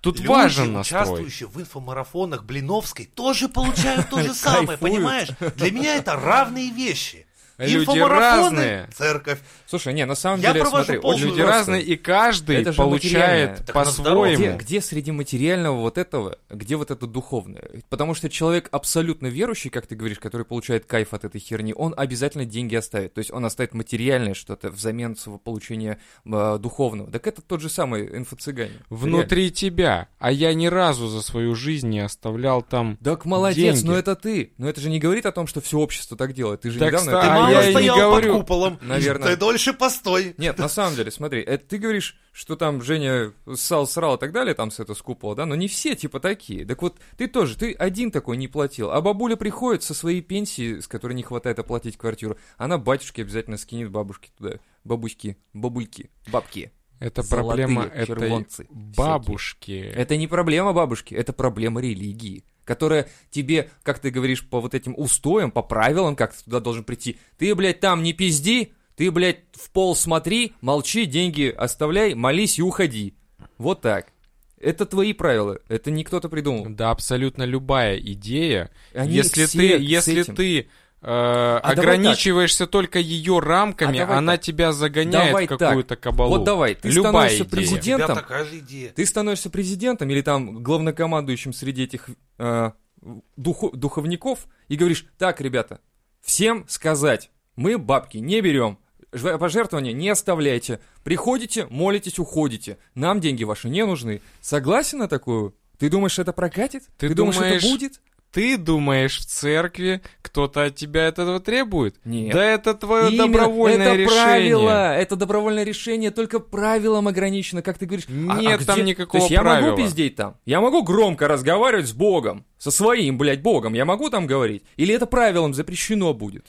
[SPEAKER 3] Тут
[SPEAKER 2] Люди,
[SPEAKER 3] важен настрой.
[SPEAKER 2] участвующие в инфомарафонах Блиновской, тоже получают то же самое,
[SPEAKER 1] Кайфуют.
[SPEAKER 2] понимаешь? Для меня это равные вещи.
[SPEAKER 3] Люди
[SPEAKER 2] Инфомарафоны,
[SPEAKER 3] разные.
[SPEAKER 2] церковь.
[SPEAKER 1] Слушай, не, на самом
[SPEAKER 2] Я
[SPEAKER 1] деле,
[SPEAKER 2] провожу
[SPEAKER 1] смотри,
[SPEAKER 2] полную-
[SPEAKER 1] очень
[SPEAKER 3] Люди
[SPEAKER 1] просто.
[SPEAKER 3] разные, и каждый
[SPEAKER 1] Это же материальное.
[SPEAKER 3] получает
[SPEAKER 1] Так
[SPEAKER 2] на здоровье.
[SPEAKER 1] Где,
[SPEAKER 3] по-своему.
[SPEAKER 1] где среди материального вот этого, где вот это духовное? Потому что человек абсолютно верующий, как ты говоришь, который получает кайф от этой херни, он обязательно деньги оставит. То есть он оставит материальное что-то взамен своего получения э, духовного. Так это тот же самый инфо-цыгане.
[SPEAKER 3] Внутри тебя. А я ни разу за свою жизнь не оставлял там...
[SPEAKER 1] Реально. Так молодец,
[SPEAKER 3] деньги.
[SPEAKER 1] но это ты. Но это же не говорит о том, что все общество так делает. Ты же
[SPEAKER 3] Так
[SPEAKER 1] недавно
[SPEAKER 3] ста-
[SPEAKER 1] это
[SPEAKER 3] а
[SPEAKER 1] говорил.
[SPEAKER 2] Пока
[SPEAKER 3] и не
[SPEAKER 2] стоял
[SPEAKER 3] говорю.
[SPEAKER 2] под куполом.
[SPEAKER 1] Наверное.
[SPEAKER 2] Ты дольше постой.
[SPEAKER 1] Нет, на самом деле, смотри, это ты говоришь, что там Женя ссал, срал и так далее, там с это с купола, да, но не все типа такие. Так вот, ты тоже, ты один такой не платил, а бабуля приходит со своей пенсии, с которой не хватает оплатить квартиру, она батюшке обязательно скинет бабушки туда, бабуськи, бабульки, бабки.
[SPEAKER 3] Это
[SPEAKER 1] Золотые
[SPEAKER 3] проблема этой
[SPEAKER 1] червонцы всякие.
[SPEAKER 3] бабушки.
[SPEAKER 1] Это не проблема бабушки, это проблема религии, которая тебе, как ты говоришь, по вот этим устоям, по правилам, как ты туда должен прийти. Ты, блядь, там не пизди, ты, блядь, в пол смотри, молчи, деньги оставляй, молись и уходи. Вот так. Это твои правила, это не кто-то придумал.
[SPEAKER 3] Да, абсолютно любая идея.
[SPEAKER 1] Они
[SPEAKER 3] если
[SPEAKER 1] все
[SPEAKER 3] ты,
[SPEAKER 1] с
[SPEAKER 3] если
[SPEAKER 1] этим. А
[SPEAKER 3] ты э,
[SPEAKER 1] давай
[SPEAKER 3] ограничиваешься только ее рамками,
[SPEAKER 1] А давай
[SPEAKER 3] она
[SPEAKER 1] так.
[SPEAKER 3] тебя загоняет
[SPEAKER 1] Давай
[SPEAKER 3] в какую-то кабалу.
[SPEAKER 1] Вот давай, ты
[SPEAKER 3] любая
[SPEAKER 1] становишься
[SPEAKER 3] идея.
[SPEAKER 2] У тебя
[SPEAKER 1] президентом.
[SPEAKER 2] такая же идея.
[SPEAKER 1] Ты становишься президентом или там главнокомандующим среди этих э, духу- духовников и говоришь, так, ребята, всем сказать, мы бабки не берем, жва- пожертвования не оставляйте, приходите, молитесь, уходите, нам деньги ваши не нужны. Согласен на такую? Ты думаешь, это прокатит?
[SPEAKER 3] Ты думаешь-
[SPEAKER 1] думаешь, это будет?
[SPEAKER 3] Ты думаешь, в церкви кто-то от тебя этого требует?
[SPEAKER 1] Нет.
[SPEAKER 3] Да это твое
[SPEAKER 1] Именно
[SPEAKER 3] добровольное
[SPEAKER 1] это
[SPEAKER 3] решение.
[SPEAKER 1] правило, это добровольное решение только правилом ограничено, как ты говоришь. А- а
[SPEAKER 3] Нет там
[SPEAKER 1] где-
[SPEAKER 3] никакого
[SPEAKER 1] То есть я
[SPEAKER 3] правила.
[SPEAKER 1] могу пиздеть там? Я могу громко разговаривать с Богом, со своим, блядь, Богом, я могу там говорить? Или это правилом запрещено будет?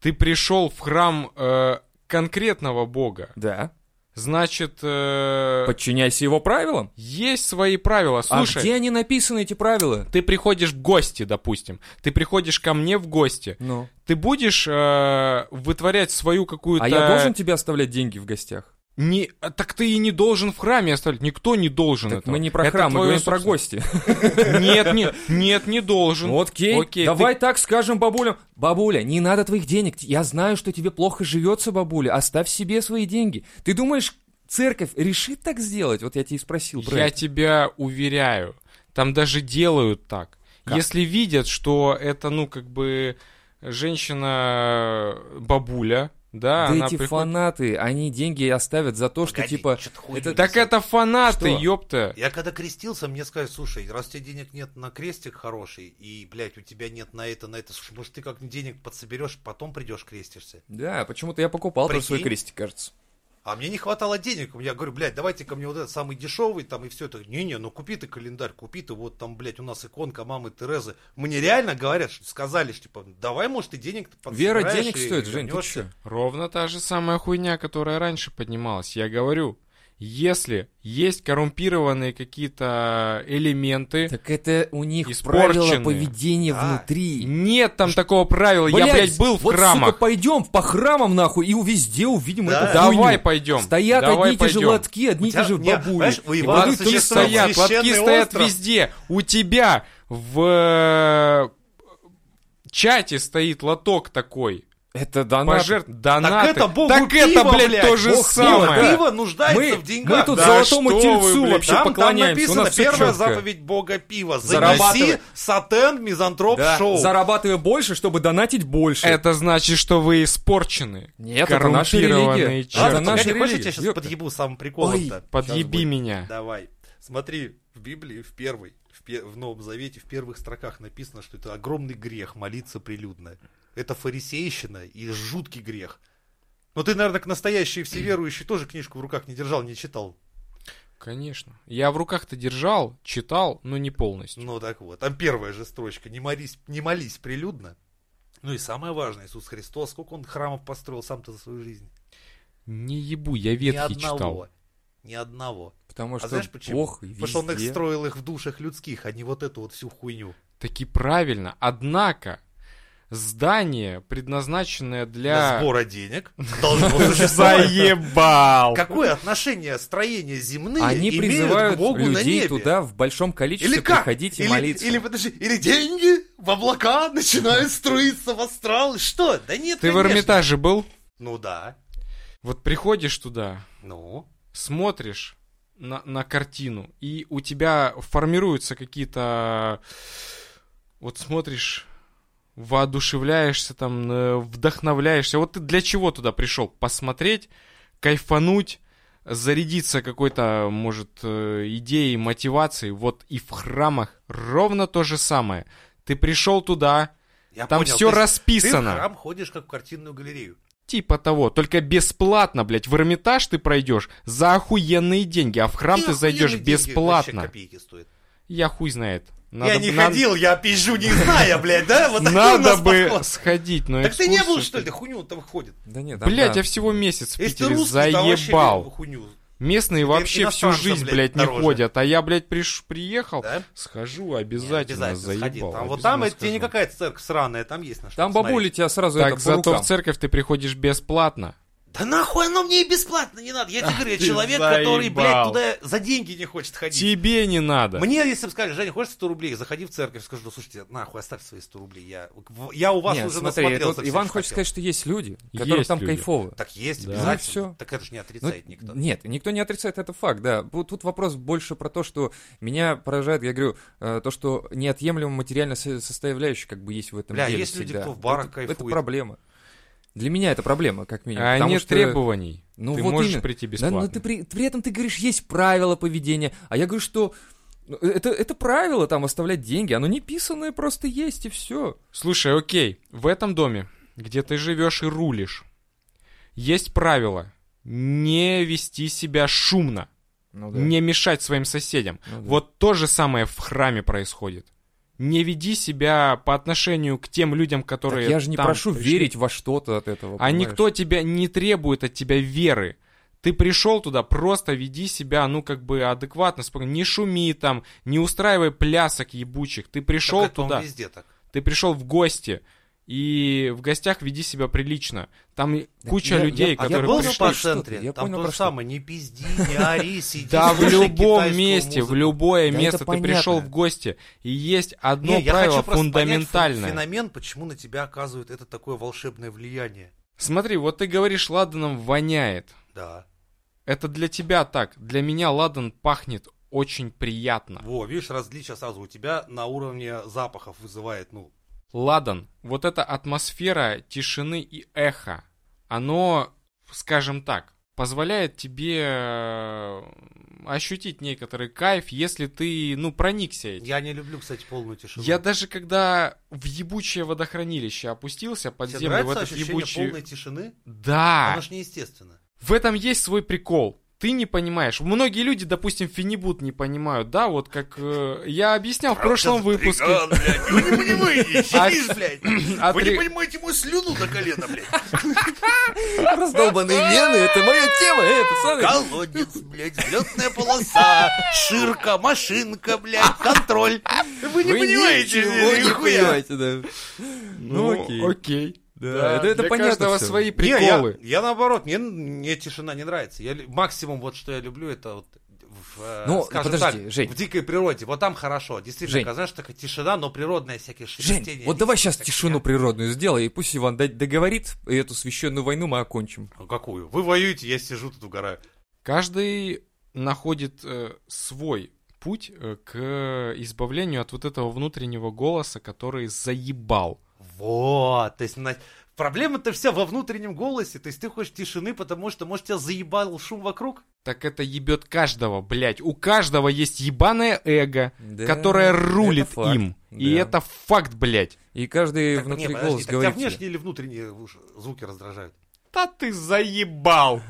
[SPEAKER 3] Ты пришел в храм э, конкретного бога.
[SPEAKER 1] Да.
[SPEAKER 3] Значит, э,
[SPEAKER 1] Подчиняйся его правилам.
[SPEAKER 3] есть свои правила. Слушай,
[SPEAKER 1] а где они написаны, эти правила?
[SPEAKER 3] ты приходишь в гости, допустим. Ты приходишь ко мне в гости.
[SPEAKER 1] Ну.
[SPEAKER 3] Ты будешь э, вытворять свою какую-то...
[SPEAKER 1] А я должен тебе оставлять деньги в гостях?
[SPEAKER 3] Не... а Так ты и не должен в храме оставлять. Никто не должен
[SPEAKER 1] Так
[SPEAKER 3] этого.
[SPEAKER 1] мы не про
[SPEAKER 3] Ну Это
[SPEAKER 1] храм, мы
[SPEAKER 3] твое
[SPEAKER 1] говорим про гости.
[SPEAKER 3] собственное. Нет, нет, нет, не должен.
[SPEAKER 1] Ну, окей,
[SPEAKER 3] Окей,
[SPEAKER 1] давай
[SPEAKER 3] ты-
[SPEAKER 1] так скажем бабулям. Бабуля, не надо твоих денег. Я знаю, что тебе плохо живется, бабуля. Оставь себе свои деньги. Ты думаешь, церковь решит так сделать? Вот я тебя и спросил про
[SPEAKER 3] Я
[SPEAKER 1] это.
[SPEAKER 3] тебя уверяю, там даже делают так.
[SPEAKER 1] Как?
[SPEAKER 3] Если видят, что это, ну, как бы женщина э, бабуля,
[SPEAKER 1] Да
[SPEAKER 3] да, она
[SPEAKER 1] эти
[SPEAKER 3] приходит-
[SPEAKER 1] фанаты, они деньги оставят за то, что
[SPEAKER 2] Погоди,
[SPEAKER 1] типа...
[SPEAKER 2] чё-то хуй
[SPEAKER 1] это
[SPEAKER 2] несёшь.
[SPEAKER 3] Так это фанаты,
[SPEAKER 1] Что?
[SPEAKER 3] ёпта.
[SPEAKER 2] Я когда крестился, мне сказали, слушай, раз у тебя денег нет на крестик хороший, и, блядь, у тебя нет на это, на это, слушай, может, ты как денег подсоберешь, потом придешь крестишься.
[SPEAKER 1] Да, почему-то я покупал тоже свой
[SPEAKER 2] Прикинь.
[SPEAKER 1] крестик, кажется.
[SPEAKER 2] А мне не хватало денег. Я говорю, блядь, давайте ко мне вот этот самый дешевый, там и все это. Не-не, ну купи ты календарь, купи ты, вот там, блядь, у нас иконка мамы Терезы. Мне реально говорят, что сказали, что, типа, давай, может, ты денег
[SPEAKER 1] Вера денег стоит, Жень, ты чё?
[SPEAKER 3] Ровно та же самая хуйня, которая раньше поднималась. Я говорю, если есть коррумпированные какие-то элементы,
[SPEAKER 1] Так это у них
[SPEAKER 3] Испорченные.
[SPEAKER 1] правило поведения
[SPEAKER 2] Да.
[SPEAKER 1] внутри.
[SPEAKER 3] нет там такого правила. Я, блядь, был в
[SPEAKER 1] вот,
[SPEAKER 3] храмах.
[SPEAKER 1] сука, пойдем по храмам, нахуй, и у- везде увидим
[SPEAKER 2] Да.
[SPEAKER 1] эту хуйню.
[SPEAKER 3] Давай пойдем.
[SPEAKER 1] Стоят
[SPEAKER 3] давай
[SPEAKER 1] одни и те же
[SPEAKER 3] пойдем.
[SPEAKER 1] лотки, одни и те же бабули.
[SPEAKER 2] у
[SPEAKER 1] И
[SPEAKER 3] Вот
[SPEAKER 1] Ладно,
[SPEAKER 2] Ивана
[SPEAKER 1] ты
[SPEAKER 3] лотки
[SPEAKER 2] существует
[SPEAKER 3] стоят, лотки
[SPEAKER 2] священный
[SPEAKER 3] стоят
[SPEAKER 2] остров.
[SPEAKER 3] везде. У тебя в э, чате стоит лоток такой.
[SPEAKER 1] Это донат.
[SPEAKER 3] Пожертв... Донаты.
[SPEAKER 2] Так это богу
[SPEAKER 3] так
[SPEAKER 2] пиво,
[SPEAKER 3] это, блядь,
[SPEAKER 2] блядь,
[SPEAKER 3] то же
[SPEAKER 1] бог пива,
[SPEAKER 3] самое.
[SPEAKER 2] Пиво нуждается
[SPEAKER 1] Мы,
[SPEAKER 2] в деньгах.
[SPEAKER 1] мы тут
[SPEAKER 2] да.
[SPEAKER 3] за-
[SPEAKER 1] золотому
[SPEAKER 3] что вы,
[SPEAKER 1] тельцу
[SPEAKER 3] блядь,
[SPEAKER 1] вообще
[SPEAKER 2] там, там
[SPEAKER 1] поклоняемся.
[SPEAKER 2] написано
[SPEAKER 1] У нас всё
[SPEAKER 2] первая
[SPEAKER 1] чётко.
[SPEAKER 2] заповедь бога пива. Заноси
[SPEAKER 1] Зарабатывай.
[SPEAKER 2] сатен мизантроп
[SPEAKER 1] Да,
[SPEAKER 2] шоу.
[SPEAKER 1] Зарабатывай больше, чтобы донатить больше.
[SPEAKER 3] Это значит, что вы испорчены.
[SPEAKER 1] Нет, это наша религия.
[SPEAKER 3] Коррумпированные
[SPEAKER 1] Это
[SPEAKER 3] черти.
[SPEAKER 2] Ладно,
[SPEAKER 1] наша
[SPEAKER 2] погоди, хочешь, я
[SPEAKER 1] религия,
[SPEAKER 2] тебя сейчас
[SPEAKER 1] ёпта.
[SPEAKER 2] подъебу самым
[SPEAKER 1] Ой.
[SPEAKER 2] приколом-то?
[SPEAKER 3] Подъеби
[SPEAKER 1] Сейчас
[SPEAKER 3] меня.
[SPEAKER 2] Давай. Смотри, в Библии в первой, в, пе- в Новом Завете, в первых строках написано, что это огромный грех молиться прилюдно. Это фарисейщина и жуткий грех. Но ты, наверное, к настоящие все верующие тоже книжку в руках не держал, не читал.
[SPEAKER 3] Конечно. Я в руках-то держал, читал, но не полностью.
[SPEAKER 2] Ну так вот, там первая же строчка. Не молись, не молись прилюдно. Ну и самое важное, Иисус Христос, сколько он храмов построил сам-то за свою жизнь?
[SPEAKER 3] Не ебу, я
[SPEAKER 2] ни
[SPEAKER 3] ветхий
[SPEAKER 2] одного.
[SPEAKER 3] читал.
[SPEAKER 2] Ни одного.
[SPEAKER 1] Потому что
[SPEAKER 2] а знаешь почему?
[SPEAKER 1] Бог
[SPEAKER 2] Потому что он их
[SPEAKER 1] везде.
[SPEAKER 2] строил их в душах людских, а не вот эту вот всю хуйню.
[SPEAKER 3] Таки правильно. Однако, здание, предназначенное
[SPEAKER 2] для
[SPEAKER 3] для...
[SPEAKER 2] сбора денег должно существовать.
[SPEAKER 3] Заебал!
[SPEAKER 2] Какое отношение строения земные
[SPEAKER 1] Они
[SPEAKER 2] имеют к
[SPEAKER 1] призывают
[SPEAKER 2] Богу на
[SPEAKER 1] людей
[SPEAKER 2] небе?
[SPEAKER 1] туда в большом количестве
[SPEAKER 2] или как?
[SPEAKER 1] приходить и
[SPEAKER 2] или,
[SPEAKER 1] молиться.
[SPEAKER 2] или, подожди, или деньги в облака начинают струиться в астрал. Что? Да нет,
[SPEAKER 3] Ты в
[SPEAKER 2] конечно.
[SPEAKER 3] Эрмитаже был?
[SPEAKER 2] Ну да.
[SPEAKER 3] Вот приходишь туда,
[SPEAKER 2] Ну.
[SPEAKER 3] смотришь на, на картину, и у тебя формируются какие-то... Вот смотришь, воодушевляешься там, э, вдохновляешься. Вот ты для чего туда пришел? Посмотреть, кайфануть, зарядиться какой-то, может, э, идеей, мотивацией. Вот и в храмах ровно то же самое. Ты пришел туда,
[SPEAKER 2] Я
[SPEAKER 3] Там
[SPEAKER 2] понял,
[SPEAKER 3] все
[SPEAKER 2] то есть Ты в
[SPEAKER 3] расписано.
[SPEAKER 2] храм ходишь, как в картинную галерею.
[SPEAKER 3] Типа того, только бесплатно, блядь. В Эрмитаж ты пройдешь за охуенные деньги, а в храм
[SPEAKER 2] И
[SPEAKER 3] ты зайдешь
[SPEAKER 2] охуенные деньги, вообще
[SPEAKER 3] бесплатно.
[SPEAKER 2] копейки стоит.
[SPEAKER 3] Я хуй знает.
[SPEAKER 2] Я
[SPEAKER 3] Надо
[SPEAKER 2] не
[SPEAKER 3] б- на-
[SPEAKER 2] ходил, я пизжу не зная, блядь, да? Вот такой у
[SPEAKER 3] Надо
[SPEAKER 2] нас
[SPEAKER 3] бы
[SPEAKER 2] подход.
[SPEAKER 3] сходить, но
[SPEAKER 2] Так ты не был,
[SPEAKER 3] экскурсию-
[SPEAKER 2] что ли? Хуйню там ходит.
[SPEAKER 1] Да нет, там,
[SPEAKER 3] Блядь,
[SPEAKER 1] да.
[SPEAKER 3] я всего месяц в
[SPEAKER 2] Если ты
[SPEAKER 3] Питере
[SPEAKER 2] русский, то вообще
[SPEAKER 3] заебал.
[SPEAKER 2] хуйню.
[SPEAKER 3] Местные вообще всю
[SPEAKER 2] иностранцам,
[SPEAKER 3] жизнь,
[SPEAKER 2] блядь,
[SPEAKER 3] блядь, не
[SPEAKER 2] дороже.
[SPEAKER 3] ходят. А я, блядь, приш- приехал,
[SPEAKER 2] Да?
[SPEAKER 3] схожу обязательно,
[SPEAKER 2] сходи.
[SPEAKER 3] заебал.
[SPEAKER 2] Там, вот там
[SPEAKER 3] обязательно
[SPEAKER 2] это тебе не
[SPEAKER 3] схожу.
[SPEAKER 2] какая-то церковь сраная, там есть на что
[SPEAKER 1] Там
[SPEAKER 2] посмотреть.
[SPEAKER 1] бабули тебя сразу это
[SPEAKER 3] Так,
[SPEAKER 1] по
[SPEAKER 3] зато
[SPEAKER 1] рукам.
[SPEAKER 3] в церковь ты приходишь бесплатно.
[SPEAKER 2] Да нахуй оно мне и бесплатно не надо. Я тебе говорю, я
[SPEAKER 3] ты
[SPEAKER 2] человек, который, блядь,
[SPEAKER 3] заебал.
[SPEAKER 2] туда за деньги не хочет ходить.
[SPEAKER 3] Тебе не надо.
[SPEAKER 2] Мне, если бы сказали, Женя, хочешь 100 рублей, заходи в церковь, скажу, ну, слушайте, нахуй, оставь свои 100 рублей, я, я у вас
[SPEAKER 1] Нет,
[SPEAKER 2] уже
[SPEAKER 1] смотри, это
[SPEAKER 2] насмотрелся.
[SPEAKER 1] вот
[SPEAKER 2] всё,
[SPEAKER 1] Иван
[SPEAKER 2] что
[SPEAKER 1] хочет
[SPEAKER 2] хотел».
[SPEAKER 1] сказать, что есть люди, которым
[SPEAKER 3] Есть
[SPEAKER 1] там
[SPEAKER 3] люди.
[SPEAKER 1] кайфово.
[SPEAKER 2] Так есть,
[SPEAKER 3] Да.
[SPEAKER 2] обязательно.
[SPEAKER 1] Ну и всё.
[SPEAKER 2] Так это же не отрицает
[SPEAKER 1] Ну,
[SPEAKER 2] никто.
[SPEAKER 1] Нет, никто не отрицает, это факт, да. Вот Тут вопрос больше про то, что меня поражает, я говорю, э, то, что неотъемлема материальная со- составляющая как бы есть в этом
[SPEAKER 2] Бля,
[SPEAKER 1] деле
[SPEAKER 2] есть люди,
[SPEAKER 1] всегда.
[SPEAKER 2] кто в барах
[SPEAKER 1] это,
[SPEAKER 2] кайфует.
[SPEAKER 1] Это проблема. Для меня это проблема, как минимум.
[SPEAKER 3] А
[SPEAKER 1] потому
[SPEAKER 3] нет
[SPEAKER 1] что-
[SPEAKER 3] требований.
[SPEAKER 1] Ну,
[SPEAKER 3] ты
[SPEAKER 1] вот
[SPEAKER 3] можешь
[SPEAKER 1] именно.
[SPEAKER 3] прийти
[SPEAKER 1] Да,
[SPEAKER 3] бесплатно.
[SPEAKER 1] но ты при, при этом ты говоришь, есть правила поведения, а я говорю, что ну, это, это правило там оставлять деньги, оно не писанное просто есть и все.
[SPEAKER 3] Слушай, окей, в этом доме, где ты живешь и рулишь, есть правило не вести себя шумно,
[SPEAKER 1] Ну,
[SPEAKER 3] не мешать своим соседям.
[SPEAKER 1] Ну да.
[SPEAKER 3] Вот то же самое в храме происходит. Не веди себя по отношению к тем людям, которые...
[SPEAKER 1] я же не
[SPEAKER 3] там
[SPEAKER 1] прошу
[SPEAKER 3] пришли.
[SPEAKER 1] верить во что-то от этого.
[SPEAKER 3] А
[SPEAKER 1] понимаешь?
[SPEAKER 3] никто тебя не требует от тебя веры. Ты пришел туда, просто веди себя, ну, как бы адекватно, спокойно. Не шуми там, не устраивай плясок ебучих. Ты
[SPEAKER 2] Так
[SPEAKER 3] пришел
[SPEAKER 2] это он
[SPEAKER 3] туда,
[SPEAKER 2] везде так.
[SPEAKER 3] ты пришел в гости, и в гостях веди себя прилично. Там и
[SPEAKER 1] Да,
[SPEAKER 3] куча
[SPEAKER 1] я-
[SPEAKER 3] людей,
[SPEAKER 1] я- а я
[SPEAKER 2] Я
[SPEAKER 3] которые
[SPEAKER 2] был
[SPEAKER 1] пришли,
[SPEAKER 2] в
[SPEAKER 1] что ты,
[SPEAKER 2] центре
[SPEAKER 1] я
[SPEAKER 2] там
[SPEAKER 1] понял,
[SPEAKER 2] то
[SPEAKER 1] про
[SPEAKER 2] же
[SPEAKER 1] что.
[SPEAKER 2] самое, не пизди, не ори, сиди,
[SPEAKER 3] Да в
[SPEAKER 2] слушай
[SPEAKER 3] любом
[SPEAKER 2] китайскую
[SPEAKER 3] месте, в
[SPEAKER 2] музыку.
[SPEAKER 3] любое
[SPEAKER 1] Да это
[SPEAKER 3] место ты
[SPEAKER 1] понятно.
[SPEAKER 3] пришел в гости. И есть одно
[SPEAKER 2] Не, я
[SPEAKER 3] правило
[SPEAKER 2] хочу просто понять
[SPEAKER 3] фундаментальное.
[SPEAKER 2] фен- феномен, почему на тебя оказывает это такое волшебное влияние.
[SPEAKER 3] Смотри, вот ты говоришь, ладаном воняет.
[SPEAKER 2] Да.
[SPEAKER 3] Это для тебя так. Для меня ладан пахнет очень приятно.
[SPEAKER 2] Во, видишь, различие сразу у тебя на уровне запахов вызывает, ну,
[SPEAKER 3] Ладан, вот эта атмосфера тишины и эха, оно, скажем так, позволяет тебе э, ощутить некоторый кайф, если ты, ну, проникся этим.
[SPEAKER 2] я не люблю, кстати, полную тишину.
[SPEAKER 3] Я даже когда в ебучее водохранилище опустился под
[SPEAKER 2] Тебе
[SPEAKER 3] землю, в
[SPEAKER 2] нравится
[SPEAKER 3] этот
[SPEAKER 2] ощущение
[SPEAKER 3] ебучий... А.
[SPEAKER 2] полной тишины?
[SPEAKER 3] Да,
[SPEAKER 2] Оно ж неестественно.
[SPEAKER 3] в этом есть свой прикол. Ты не понимаешь. Многие люди, допустим, финибут не понимают, да, вот как э, я объяснял в прошлом выпуске.
[SPEAKER 2] Вы не понимаете,
[SPEAKER 3] сидишь,
[SPEAKER 2] блядь.
[SPEAKER 3] А три-
[SPEAKER 2] понимаете мою слюну до колена, блядь.
[SPEAKER 1] Раздолбанные вены, это моя тема, э, пацаны.
[SPEAKER 2] Колодец, блядь, взлетная полоса, ширка, машинка, блядь, контроль. Вы не понимаете,
[SPEAKER 1] ничего не
[SPEAKER 2] нихуя.
[SPEAKER 1] понимаете, да.
[SPEAKER 3] Ну,
[SPEAKER 1] Ну,
[SPEAKER 3] окей.
[SPEAKER 1] окей. Да, это- это
[SPEAKER 3] для
[SPEAKER 1] понятно
[SPEAKER 3] каждого
[SPEAKER 1] всё.
[SPEAKER 3] свои
[SPEAKER 2] Не, я,
[SPEAKER 3] приколы.
[SPEAKER 2] я наоборот, мне, мне тишина не нравится. Я, лю- максимум, вот что я люблю, это вот в, э,
[SPEAKER 1] Ну,
[SPEAKER 2] скажем
[SPEAKER 1] подожди,
[SPEAKER 2] так,
[SPEAKER 1] Жень.
[SPEAKER 2] в дикой природе. Вот там хорошо. Действительно,
[SPEAKER 1] Жень.
[SPEAKER 2] когда, знаешь, такая тишина, но природная, всякие
[SPEAKER 1] Жень,
[SPEAKER 2] шелестения.
[SPEAKER 1] вот давай сейчас
[SPEAKER 2] всякая
[SPEAKER 1] тишину природную сделай, и пусть Иван д- договорит, и эту священную войну мы окончим.
[SPEAKER 2] херня. Ну, Какую? Вы воюете, я сижу тут угораю.
[SPEAKER 3] Каждый находит э, свой путь э, к избавлению от вот этого внутреннего голоса, который заебал.
[SPEAKER 2] Вот, то есть на- проблема-то вся во внутреннем голосе, то есть ты хочешь тишины, потому что, может, тебя заебал шум вокруг?
[SPEAKER 3] Так это ебет каждого, блядь. У каждого есть ебаное эго,
[SPEAKER 1] Да,
[SPEAKER 3] которое рулит
[SPEAKER 1] это факт,
[SPEAKER 3] им. И
[SPEAKER 1] да.
[SPEAKER 3] это факт, блядь.
[SPEAKER 1] И каждый
[SPEAKER 2] Так, не,
[SPEAKER 1] внутри
[SPEAKER 2] подожди,
[SPEAKER 1] голос
[SPEAKER 2] так тебя
[SPEAKER 1] говорит тебе.
[SPEAKER 2] внешние или внутренние уж звуки раздражают?
[SPEAKER 3] Да ты заебал.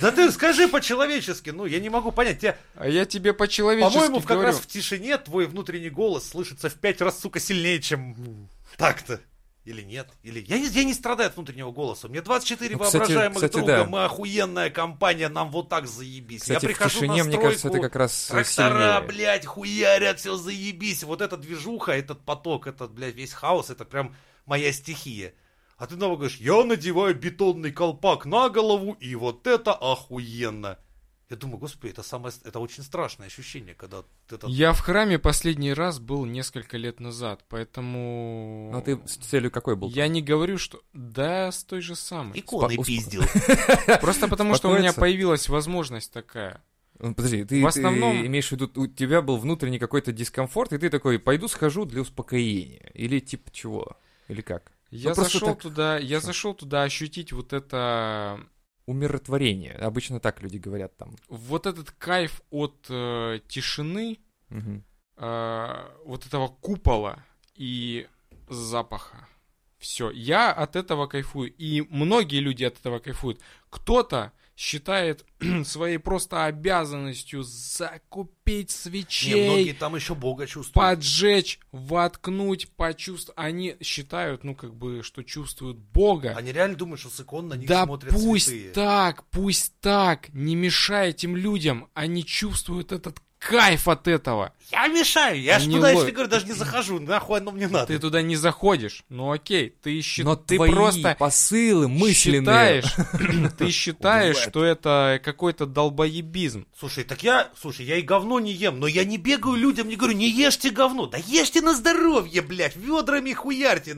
[SPEAKER 2] Да ты скажи по-человечески, ну, я не могу понять, тебе,
[SPEAKER 3] А я тебе по-человечески
[SPEAKER 2] по-моему, в- как
[SPEAKER 3] говорю.
[SPEAKER 2] раз в тишине твой внутренний голос слышится в пять раз, сука, сильнее, чем так-то. Или нет? Или я не, я не страдаю от внутреннего голоса. Мне 24
[SPEAKER 1] Ну, кстати-
[SPEAKER 2] воображаемых
[SPEAKER 1] кстати,
[SPEAKER 2] друга,
[SPEAKER 1] да.
[SPEAKER 2] мы охуенная компания, нам вот так заебись. я
[SPEAKER 1] Кстати, в
[SPEAKER 2] прихожу
[SPEAKER 1] тишине,
[SPEAKER 2] на
[SPEAKER 1] мне кажется, это
[SPEAKER 2] стройку,
[SPEAKER 1] как раз э,
[SPEAKER 2] Трактора,
[SPEAKER 1] сильнее.
[SPEAKER 2] блядь, хуярят, все заебись. Вот эта движуха, этот поток, этот, блядь, весь хаос, это прям моя стихия. А ты снова говоришь, я надеваю бетонный колпак на голову, и вот это охуенно. Я думаю, господи, это самое, это очень страшное ощущение, когда ты это...
[SPEAKER 3] Я в храме последний раз был несколько лет назад, поэтому...
[SPEAKER 1] Ну, а ты с целью какой был?
[SPEAKER 3] Я не говорю, что... Да, с той же самой.
[SPEAKER 2] иконы
[SPEAKER 1] Спа- усп-
[SPEAKER 2] пиздил.
[SPEAKER 3] Просто потому, что у меня
[SPEAKER 1] Успокоиться.
[SPEAKER 3] появилась возможность такая.
[SPEAKER 1] Ну, Подожди, ты,
[SPEAKER 3] В
[SPEAKER 1] в
[SPEAKER 3] основном-
[SPEAKER 1] имеешь в виду, у тебя был внутренний какой-то дискомфорт, и ты такой, пойду схожу для успокоения. Или типа чего? Или как?
[SPEAKER 3] Я
[SPEAKER 1] Ну, просто
[SPEAKER 3] зашел
[SPEAKER 1] так.
[SPEAKER 3] туда, я
[SPEAKER 1] Всё.
[SPEAKER 3] зашел туда ощутить вот это,
[SPEAKER 1] Умиротворение. Обычно так люди говорят там.
[SPEAKER 3] вот этот кайф от э, тишины,
[SPEAKER 1] Мгм.
[SPEAKER 3] э, вот этого купола и запаха. Все, я от этого кайфую, и многие люди от этого кайфуют. Кто-то считает своей просто обязанностью закупить
[SPEAKER 2] Не,
[SPEAKER 3] свечей,
[SPEAKER 2] многие там еще Бога чувствуют.
[SPEAKER 3] поджечь, воткнуть, почувствовать. Они считают, ну, как бы, что чувствуют Бога.
[SPEAKER 2] Они реально думают, что с икон на них
[SPEAKER 3] да
[SPEAKER 2] смотрят
[SPEAKER 3] пусть
[SPEAKER 2] святые.
[SPEAKER 3] так, пусть так, не мешай этим людям, они чувствуют этот кайф от этого.
[SPEAKER 2] Я мешаю, я ж
[SPEAKER 3] Не
[SPEAKER 2] туда,
[SPEAKER 3] ло-
[SPEAKER 2] если говорю, даже не захожу, нахуй оно мне надо.
[SPEAKER 3] Ты туда не заходишь, ну окей, ты считаешь,
[SPEAKER 1] Но
[SPEAKER 3] ты
[SPEAKER 1] твои
[SPEAKER 3] просто
[SPEAKER 1] посылы мысленные.
[SPEAKER 3] считаешь, ты считаешь, что это какой-то долбоебизм.
[SPEAKER 2] Слушай, так я, слушай, я и говно не ем, но я не бегаю людям, не говорю, не ешьте говно. Да ешьте на здоровье, блядь, ведрами хуярьте.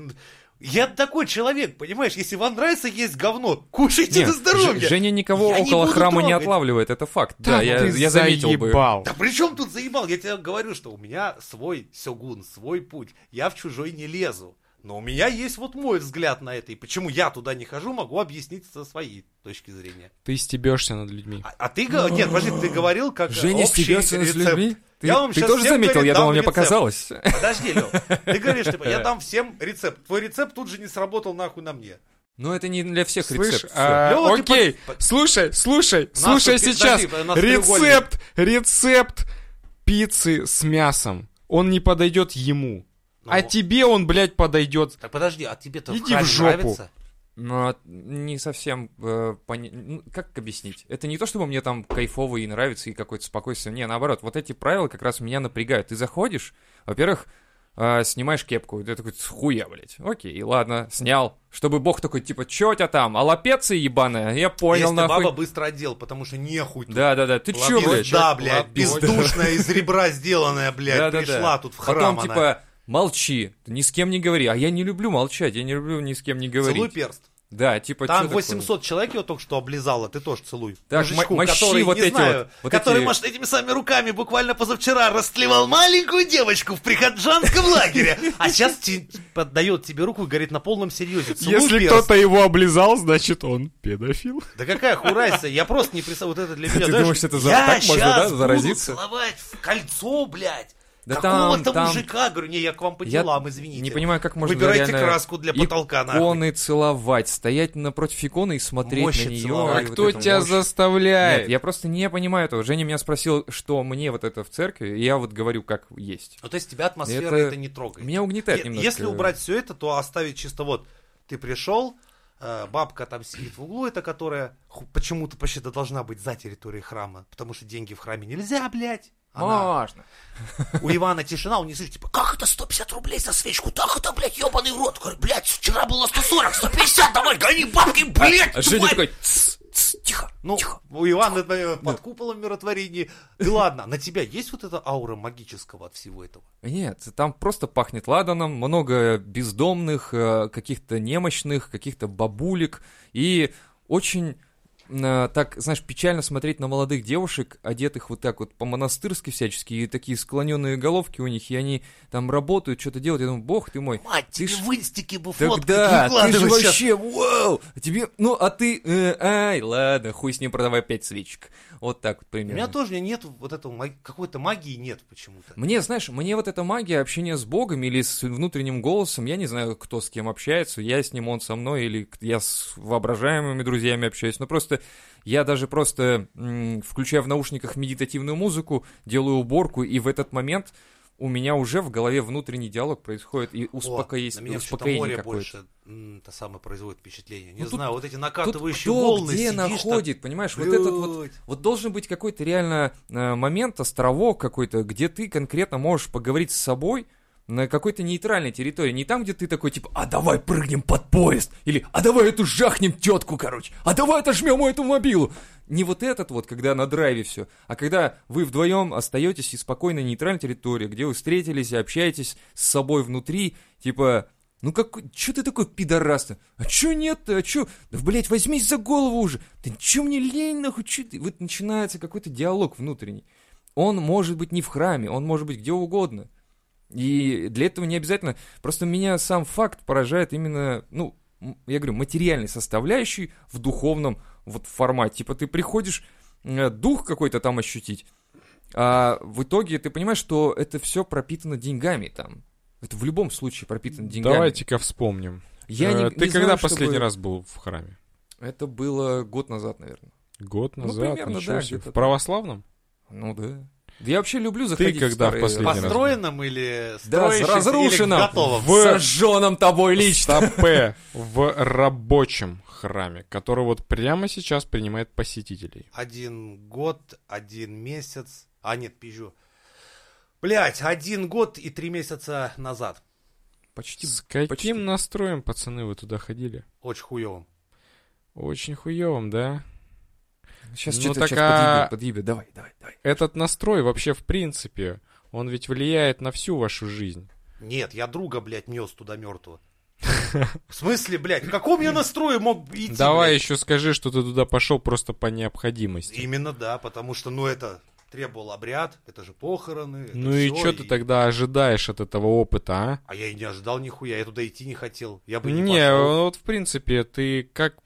[SPEAKER 2] Я такой человек, понимаешь, если вам нравится есть говно, кушайте
[SPEAKER 1] Нет,
[SPEAKER 2] на здоровье.
[SPEAKER 1] Ж- Женя никого
[SPEAKER 2] Я не
[SPEAKER 1] около
[SPEAKER 2] буду
[SPEAKER 1] храма не
[SPEAKER 2] трогать.
[SPEAKER 1] отлавливает, это факт. Да,
[SPEAKER 3] Там
[SPEAKER 1] я,
[SPEAKER 3] ты
[SPEAKER 1] я заметил бы.
[SPEAKER 3] заебал.
[SPEAKER 2] Да при чем тут заебал? Я тебе говорю, что у меня свой сёгун, свой путь. Я в чужой не лезу. Но у меня есть вот мой взгляд на это. И почему я туда не хожу, могу объяснить со своей точки зрения.
[SPEAKER 3] Ты стебешься над людьми.
[SPEAKER 2] А, а ты говорил... Нет, подожди, ты говорил как э,
[SPEAKER 1] Женя
[SPEAKER 2] общий
[SPEAKER 1] стебется с
[SPEAKER 2] рецепт.
[SPEAKER 1] людьми? Ты,
[SPEAKER 2] Я вам
[SPEAKER 1] ты
[SPEAKER 2] щас
[SPEAKER 1] тоже
[SPEAKER 2] всем
[SPEAKER 1] заметил, я
[SPEAKER 2] передам
[SPEAKER 1] думал, мне
[SPEAKER 2] рецепт.
[SPEAKER 1] показалось.
[SPEAKER 2] Подожди, Лёв. Ты говоришь, типа,
[SPEAKER 1] Э.
[SPEAKER 2] я дам всем рецепт. Твой рецепт тут же не сработал нахуй на мне.
[SPEAKER 1] Но это не для всех
[SPEAKER 3] Слышь,
[SPEAKER 1] рецепт. всё.
[SPEAKER 3] а,
[SPEAKER 2] Лёва, ты
[SPEAKER 3] окей,
[SPEAKER 2] под- под-
[SPEAKER 3] слушай, слушай,
[SPEAKER 2] У нас
[SPEAKER 3] слушай
[SPEAKER 2] тут пи-
[SPEAKER 3] сейчас.
[SPEAKER 2] подожди, у нас типа, треугольник.
[SPEAKER 3] Рецепт, рецепт пиццы с мясом. Он не подойдет ему.
[SPEAKER 2] Ну.
[SPEAKER 3] А тебе он, блядь, подойдет.
[SPEAKER 2] Так подожди, а тебе-то
[SPEAKER 3] Иди
[SPEAKER 2] в храме
[SPEAKER 3] в жопу.
[SPEAKER 2] нравится?
[SPEAKER 1] Но от- Ну, а не совсем э, пони- ну, Как объяснить? Это не то, чтобы мне там кайфово и нравится, и какое-то спокойствие. Не, наоборот, вот эти правила как раз меня напрягают. Ты заходишь, во-первых, э, снимаешь кепку, и ты такой, «Тс, хуя, блядь. Окей, ладно, снял. Чтобы бог такой, типа, чё у тебя там, алапеция ебаная? Я понял,
[SPEAKER 2] Если
[SPEAKER 1] нахуй.
[SPEAKER 2] баба быстро одел, потому что нехуй тут.
[SPEAKER 1] Да-да-да, ты чё,
[SPEAKER 2] Вот
[SPEAKER 1] блядь?
[SPEAKER 2] Да, блядь,
[SPEAKER 3] Лапоть.
[SPEAKER 2] бездушная, из ребра сделанная, блядь,
[SPEAKER 1] Да-да-да.
[SPEAKER 2] пришла тут в храм
[SPEAKER 1] Потом,
[SPEAKER 2] она.
[SPEAKER 1] типа, молчи, ни с кем не говори. А я не люблю молчать, я не люблю ни с кем не говорить.
[SPEAKER 2] Целуй перст.
[SPEAKER 1] Да, типа,
[SPEAKER 2] Там
[SPEAKER 1] чё такое?
[SPEAKER 2] 800 человек его только что облизало, ты тоже целуй.
[SPEAKER 1] Так,
[SPEAKER 2] Мужичку,
[SPEAKER 1] м- мощи
[SPEAKER 2] который,
[SPEAKER 1] вот
[SPEAKER 2] не
[SPEAKER 1] эти
[SPEAKER 2] знаю,
[SPEAKER 1] вот, вот
[SPEAKER 2] который,
[SPEAKER 1] эти-
[SPEAKER 2] может, этими самыми руками буквально позавчера растлевал маленькую девочку в приходжанском лагере, а сейчас те- поддает тебе руку и говорит на полном серьезе, целуй
[SPEAKER 3] Если
[SPEAKER 2] перст.
[SPEAKER 3] кто-то его облизал, значит он педофил.
[SPEAKER 2] Да какая хуразица, я просто не представляю, вот это для меня,
[SPEAKER 1] Ты
[SPEAKER 2] знаешь,
[SPEAKER 1] думаешь, это за-
[SPEAKER 2] я
[SPEAKER 1] так можно, да,
[SPEAKER 2] щас буду
[SPEAKER 1] заразиться?
[SPEAKER 2] целовать в кольцо, блядь,
[SPEAKER 1] Да
[SPEAKER 2] какого-то
[SPEAKER 1] там, там-
[SPEAKER 2] мужика, говорю, не, я к вам по
[SPEAKER 1] Я
[SPEAKER 2] делам, извините.
[SPEAKER 1] Не понимаю, как можно
[SPEAKER 2] Выбирайте
[SPEAKER 1] реально
[SPEAKER 2] краску для потолка, нахуй.
[SPEAKER 1] иконы целовать, стоять напротив иконы и смотреть
[SPEAKER 2] Мощи
[SPEAKER 1] на нее.
[SPEAKER 2] целовать.
[SPEAKER 3] А
[SPEAKER 2] Ой,
[SPEAKER 3] кто тебя
[SPEAKER 1] Нет,
[SPEAKER 3] заставляет?
[SPEAKER 1] я просто не понимаю этого. Женя меня спросил, что мне вот это в церкви, и я вот говорю, как есть.
[SPEAKER 2] Ну, то есть тебя атмосфера
[SPEAKER 1] Это-
[SPEAKER 2] это, не трогает.
[SPEAKER 1] Меня угнетает
[SPEAKER 2] Е-
[SPEAKER 1] немножко. э.
[SPEAKER 2] Если убрать все это, то оставить чисто вот ты пришел, э, бабка там сидит в углу, это которая ху- почему-то почти-то должна быть за территорией храма, потому что деньги в храме нельзя, блядь. Она-
[SPEAKER 1] Можно.
[SPEAKER 2] У Ивана тишина, он не слышит, типа, как это 150 рублей за свечку? Так это, блядь, ебаный в рот. Говорю, блядь, вчера было 140, 150, давай, гони бабки, блядь,
[SPEAKER 1] А Женя
[SPEAKER 2] тварь!»
[SPEAKER 1] такой, Ну. «Тс, тс, тихо,
[SPEAKER 2] Ну,
[SPEAKER 1] тихо.
[SPEAKER 2] у Ивана это э, под куполом миротворения. Ты ладно, на тебя есть вот эта аура магического от всего этого?
[SPEAKER 1] Нет, там просто пахнет ладаном, много бездомных, э, каких-то немощных, каких-то бабулек. И очень, э, так, знаешь, печально смотреть на молодых девушек, одетых вот так вот по-монастырски всячески, и такие склоненные головки у них, и они там работают, что-то делают. Я думаю, бог ты мой.
[SPEAKER 2] Мать,
[SPEAKER 1] Ты
[SPEAKER 2] тебе
[SPEAKER 1] ж-
[SPEAKER 2] в инстике бы фотки
[SPEAKER 1] Тогда ты же
[SPEAKER 2] выкладывать сейчас.
[SPEAKER 1] вообще, вау! А Тебе, ну, а ты, э, ай, ладно, хуй с ним, продавай пять свечек. Вот так вот
[SPEAKER 2] У
[SPEAKER 1] примерно. Ну,
[SPEAKER 2] меня тоже нет вот этого, маг- какой-то магии нет почему-то.
[SPEAKER 1] Мне, знаешь, мне вот эта магия общения с Богом или с внутренним голосом, я не знаю, кто с кем общается, я с ним, он со мной, или к- я с воображаемыми друзьями общаюсь, но просто я даже просто м, включаю в наушниках медитативную музыку, делаю уборку, и в этот момент у меня уже в голове внутренний диалог происходит, и успокоис-
[SPEAKER 2] О, на меня что-то
[SPEAKER 1] успокоение
[SPEAKER 2] море
[SPEAKER 1] какое-то.
[SPEAKER 2] больше м, то самое производит впечатление. Не
[SPEAKER 1] Ну, тут-
[SPEAKER 2] знаю, вот эти
[SPEAKER 1] Тут
[SPEAKER 2] накатывающие
[SPEAKER 1] кто
[SPEAKER 2] волны
[SPEAKER 1] где
[SPEAKER 2] сидишь там,
[SPEAKER 1] находит, понимаешь, вот этот вот
[SPEAKER 2] блядь.
[SPEAKER 1] Вот должен быть какой-то реально э, момент, островок какой-то, где ты конкретно можешь поговорить с собой на какой-то нейтральной территории. Не там, где ты такой, типа, а давай прыгнем под поезд, или а давай эту жахнем тетку, короче, а давай отожмем эту мобилу. Не вот этот вот, когда на драйве все, а когда вы вдвоем остаетесь и спокойно нейтральной территории, где вы встретились и общаетесь с собой внутри, типа, ну как, чё ты такой пидорас -то? А чё нет-то? А чё? Да, блядь, возьмись за голову уже. Да чё мне лень, нахуй, чё ты? Вот начинается какой-то диалог внутренний. Он может быть не в храме, он может быть где угодно. И для этого не обязательно... Просто меня сам факт поражает именно, ну, м, я говорю, материальной составляющей в духовном вот формате. Типа ты приходишь э, дух какой-то там ощутить, а в итоге ты понимаешь, что это все пропитано деньгами там. Это в любом случае пропитано деньгами.
[SPEAKER 3] Давайте-ка вспомним.
[SPEAKER 1] Я не-
[SPEAKER 3] Э,
[SPEAKER 1] не
[SPEAKER 3] Ты
[SPEAKER 1] знаю,
[SPEAKER 3] когда
[SPEAKER 1] чтобы-
[SPEAKER 3] последний раз был в храме?
[SPEAKER 1] Это было год назад, наверное.
[SPEAKER 3] Год
[SPEAKER 1] Ну,
[SPEAKER 3] назад?
[SPEAKER 1] примерно,
[SPEAKER 3] ничего
[SPEAKER 1] да,
[SPEAKER 3] себе.
[SPEAKER 1] где-то
[SPEAKER 3] В православном?
[SPEAKER 1] Ну да. Да я вообще люблю заходить
[SPEAKER 3] когда в
[SPEAKER 1] старые-
[SPEAKER 3] последний раз?
[SPEAKER 2] Построенным или
[SPEAKER 1] Да, с
[SPEAKER 2] строящимся,
[SPEAKER 1] разрушенным.
[SPEAKER 2] или готовым?
[SPEAKER 3] В-
[SPEAKER 1] Сожженным тобой лично.
[SPEAKER 3] Стопе в рабочем храме, который вот прямо сейчас принимает посетителей.
[SPEAKER 2] Один год, один месяц. А, нет, пизжу. Блять, один год и три месяца назад.
[SPEAKER 1] Почти.
[SPEAKER 3] С каким
[SPEAKER 1] почти.
[SPEAKER 3] настроем, пацаны, вы туда ходили?
[SPEAKER 2] Очень хуевым.
[SPEAKER 3] Очень хуевым, да?
[SPEAKER 1] Сейчас
[SPEAKER 3] Ну
[SPEAKER 1] что-то
[SPEAKER 3] так,
[SPEAKER 1] сейчас
[SPEAKER 3] а-
[SPEAKER 1] подъебет, подъебет. Давай, давай, давай.
[SPEAKER 3] Этот настрой вообще в принципе, он ведь влияет на всю вашу жизнь.
[SPEAKER 2] Нет, я друга, блядь, нес туда мертвого. В смысле, блядь, в каком я настрое мог идти?
[SPEAKER 3] Давай
[SPEAKER 2] блядь?
[SPEAKER 3] еще скажи, что ты туда пошел просто по необходимости.
[SPEAKER 2] Именно да, потому что, ну, это требовал обряд, это же похороны. это
[SPEAKER 3] Ну и
[SPEAKER 2] всё,
[SPEAKER 3] что ты тогда ожидаешь от этого опыта, а?
[SPEAKER 2] А я и не ожидал нихуя, я туда идти не хотел. Я бы не,
[SPEAKER 3] Не,
[SPEAKER 2] пошёл.
[SPEAKER 3] вот в принципе, ты как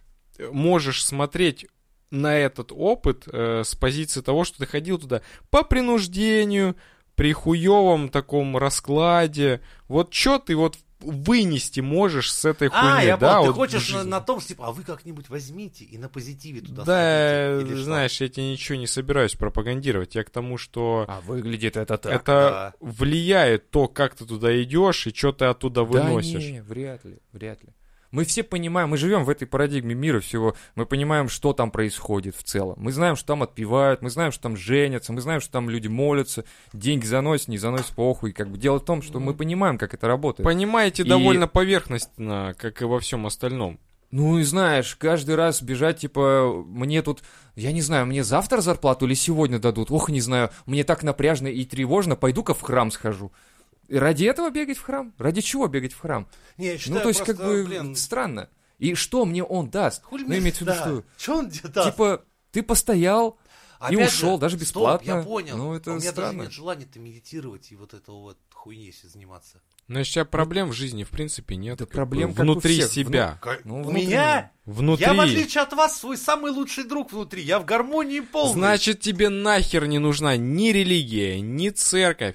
[SPEAKER 3] можешь смотреть на этот опыт э, с позиции того, что ты ходил туда по принуждению, при хуевом таком раскладе. Вот что ты вот вынести можешь с этой хуйни,
[SPEAKER 2] А, я
[SPEAKER 3] да?
[SPEAKER 2] понял, ты
[SPEAKER 3] вот в
[SPEAKER 2] хочешь на,
[SPEAKER 3] жизни?
[SPEAKER 2] на том, что, типа, а вы как-нибудь возьмите и на позитиве туда
[SPEAKER 3] Да,
[SPEAKER 2] сходите, или что?
[SPEAKER 3] знаешь, я тебе ничего не собираюсь пропагандировать. Я к тому, что
[SPEAKER 1] А выглядит это так.
[SPEAKER 3] это
[SPEAKER 2] да.
[SPEAKER 3] влияет то, как ты туда идешь и что ты оттуда выносишь.
[SPEAKER 1] Да не, вряд ли, вряд ли. Мы все понимаем, мы живем в этой парадигме мира всего, мы понимаем, что там происходит в целом. Мы знаем, что там отпивают, мы знаем, что там женятся, мы знаем, что там люди молятся, деньги заносят, не заносят, похуй. Как бы дело в том, что мы понимаем, как это работает.
[SPEAKER 3] Понимаете,
[SPEAKER 1] И-
[SPEAKER 3] довольно поверхностно, как и во всем остальном.
[SPEAKER 1] Ну и знаешь, каждый раз бежать, типа, мне тут, я не знаю, мне завтра зарплату или сегодня дадут, ох, не знаю, мне так напряжно и тревожно, пойду-ка в храм схожу. И ради этого бегать в храм? Ради чего бегать в храм?
[SPEAKER 2] Не, я
[SPEAKER 1] Ну,
[SPEAKER 2] считаю,
[SPEAKER 1] то есть, как
[SPEAKER 2] просто,
[SPEAKER 1] бы,
[SPEAKER 2] блин,
[SPEAKER 1] странно. И что мне он даст?
[SPEAKER 2] хуй
[SPEAKER 1] ну,
[SPEAKER 2] мне-
[SPEAKER 1] имеется в виду,
[SPEAKER 2] да.
[SPEAKER 1] что...
[SPEAKER 2] Чё он тебе даст?
[SPEAKER 1] Типа, ты постоял, и
[SPEAKER 2] Опять
[SPEAKER 1] ушел,
[SPEAKER 2] же,
[SPEAKER 1] даже
[SPEAKER 2] стоп,
[SPEAKER 1] бесплатно.
[SPEAKER 2] я понял.
[SPEAKER 1] Ну, это
[SPEAKER 2] а у меня
[SPEAKER 1] странно.
[SPEAKER 2] даже нет желания-то медитировать и вот этого вот хуйней если заниматься.
[SPEAKER 3] Но если у тебя проблем в жизни, в принципе, нет.
[SPEAKER 1] Да
[SPEAKER 3] как
[SPEAKER 1] проблем,
[SPEAKER 3] бы
[SPEAKER 1] как у
[SPEAKER 3] внутри
[SPEAKER 1] всех,
[SPEAKER 3] себя.
[SPEAKER 2] Ка-
[SPEAKER 1] Ну,
[SPEAKER 2] у
[SPEAKER 1] внутренне.
[SPEAKER 2] меня?
[SPEAKER 3] Внутри.
[SPEAKER 2] Я, в отличие от вас, свой самый лучший друг внутри. Я в гармонии полной.
[SPEAKER 3] Значит, тебе нахер не нужна ни религия, ни церковь.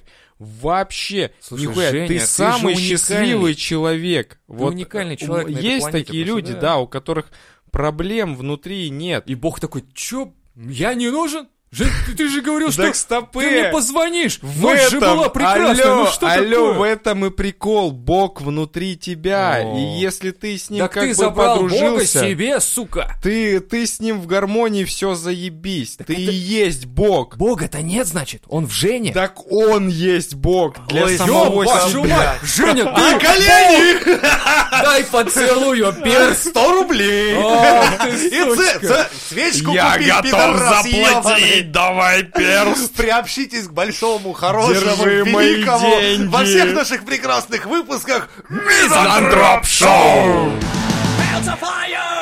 [SPEAKER 3] Вообще,
[SPEAKER 1] Слушай,
[SPEAKER 3] нихуя,
[SPEAKER 1] Женя,
[SPEAKER 3] ты
[SPEAKER 1] ты
[SPEAKER 3] самый
[SPEAKER 1] же
[SPEAKER 3] счастливый
[SPEAKER 1] уникальный.
[SPEAKER 3] человек. вот
[SPEAKER 1] уникальный
[SPEAKER 3] у-
[SPEAKER 1] человек на этой
[SPEAKER 3] Есть
[SPEAKER 1] планете,
[SPEAKER 3] такие
[SPEAKER 1] просто,
[SPEAKER 3] люди,
[SPEAKER 1] да.
[SPEAKER 3] да, у которых проблем внутри нет.
[SPEAKER 1] и Бог такой, чё, я не нужен? Же- ты, ты же говорил, что
[SPEAKER 3] Так
[SPEAKER 1] ты
[SPEAKER 3] стопы!
[SPEAKER 1] мне позвонишь. Ночь же была прекрасная,
[SPEAKER 3] алло,
[SPEAKER 1] ну что
[SPEAKER 3] алло,
[SPEAKER 1] такое?
[SPEAKER 3] в этом и прикол. Бог внутри тебя.
[SPEAKER 1] О.
[SPEAKER 3] И если ты с ним
[SPEAKER 1] Так
[SPEAKER 3] как
[SPEAKER 1] ты
[SPEAKER 3] бы
[SPEAKER 1] забрал Бога
[SPEAKER 3] подружился,
[SPEAKER 1] себе, сука.
[SPEAKER 3] ты, ты с ним в гармонии все заебись.
[SPEAKER 1] это-
[SPEAKER 3] ты и есть Бог.
[SPEAKER 1] Бога-то нет, значит, он в Жене.
[SPEAKER 3] Так он есть Бог для
[SPEAKER 2] Ой,
[SPEAKER 3] самого
[SPEAKER 1] Ёб вашу
[SPEAKER 3] себя.
[SPEAKER 1] мать! Женя,
[SPEAKER 3] А,
[SPEAKER 2] На
[SPEAKER 1] ты
[SPEAKER 2] колени!
[SPEAKER 1] дай поцелую, перс!
[SPEAKER 2] 100 рублей!
[SPEAKER 1] Ох ты,
[SPEAKER 2] И ц- ц- свечку
[SPEAKER 3] Я
[SPEAKER 2] купи,
[SPEAKER 3] готов
[SPEAKER 2] пидорас
[SPEAKER 3] заплатить, давай перс.
[SPEAKER 2] ебаный. Приобщитесь к большому, хорошему,
[SPEAKER 3] Держи мои
[SPEAKER 2] великому
[SPEAKER 3] деньги.
[SPEAKER 2] во всех наших прекрасных выпусках
[SPEAKER 3] Мизантроп Шоу!
[SPEAKER 4] Hell's a fire!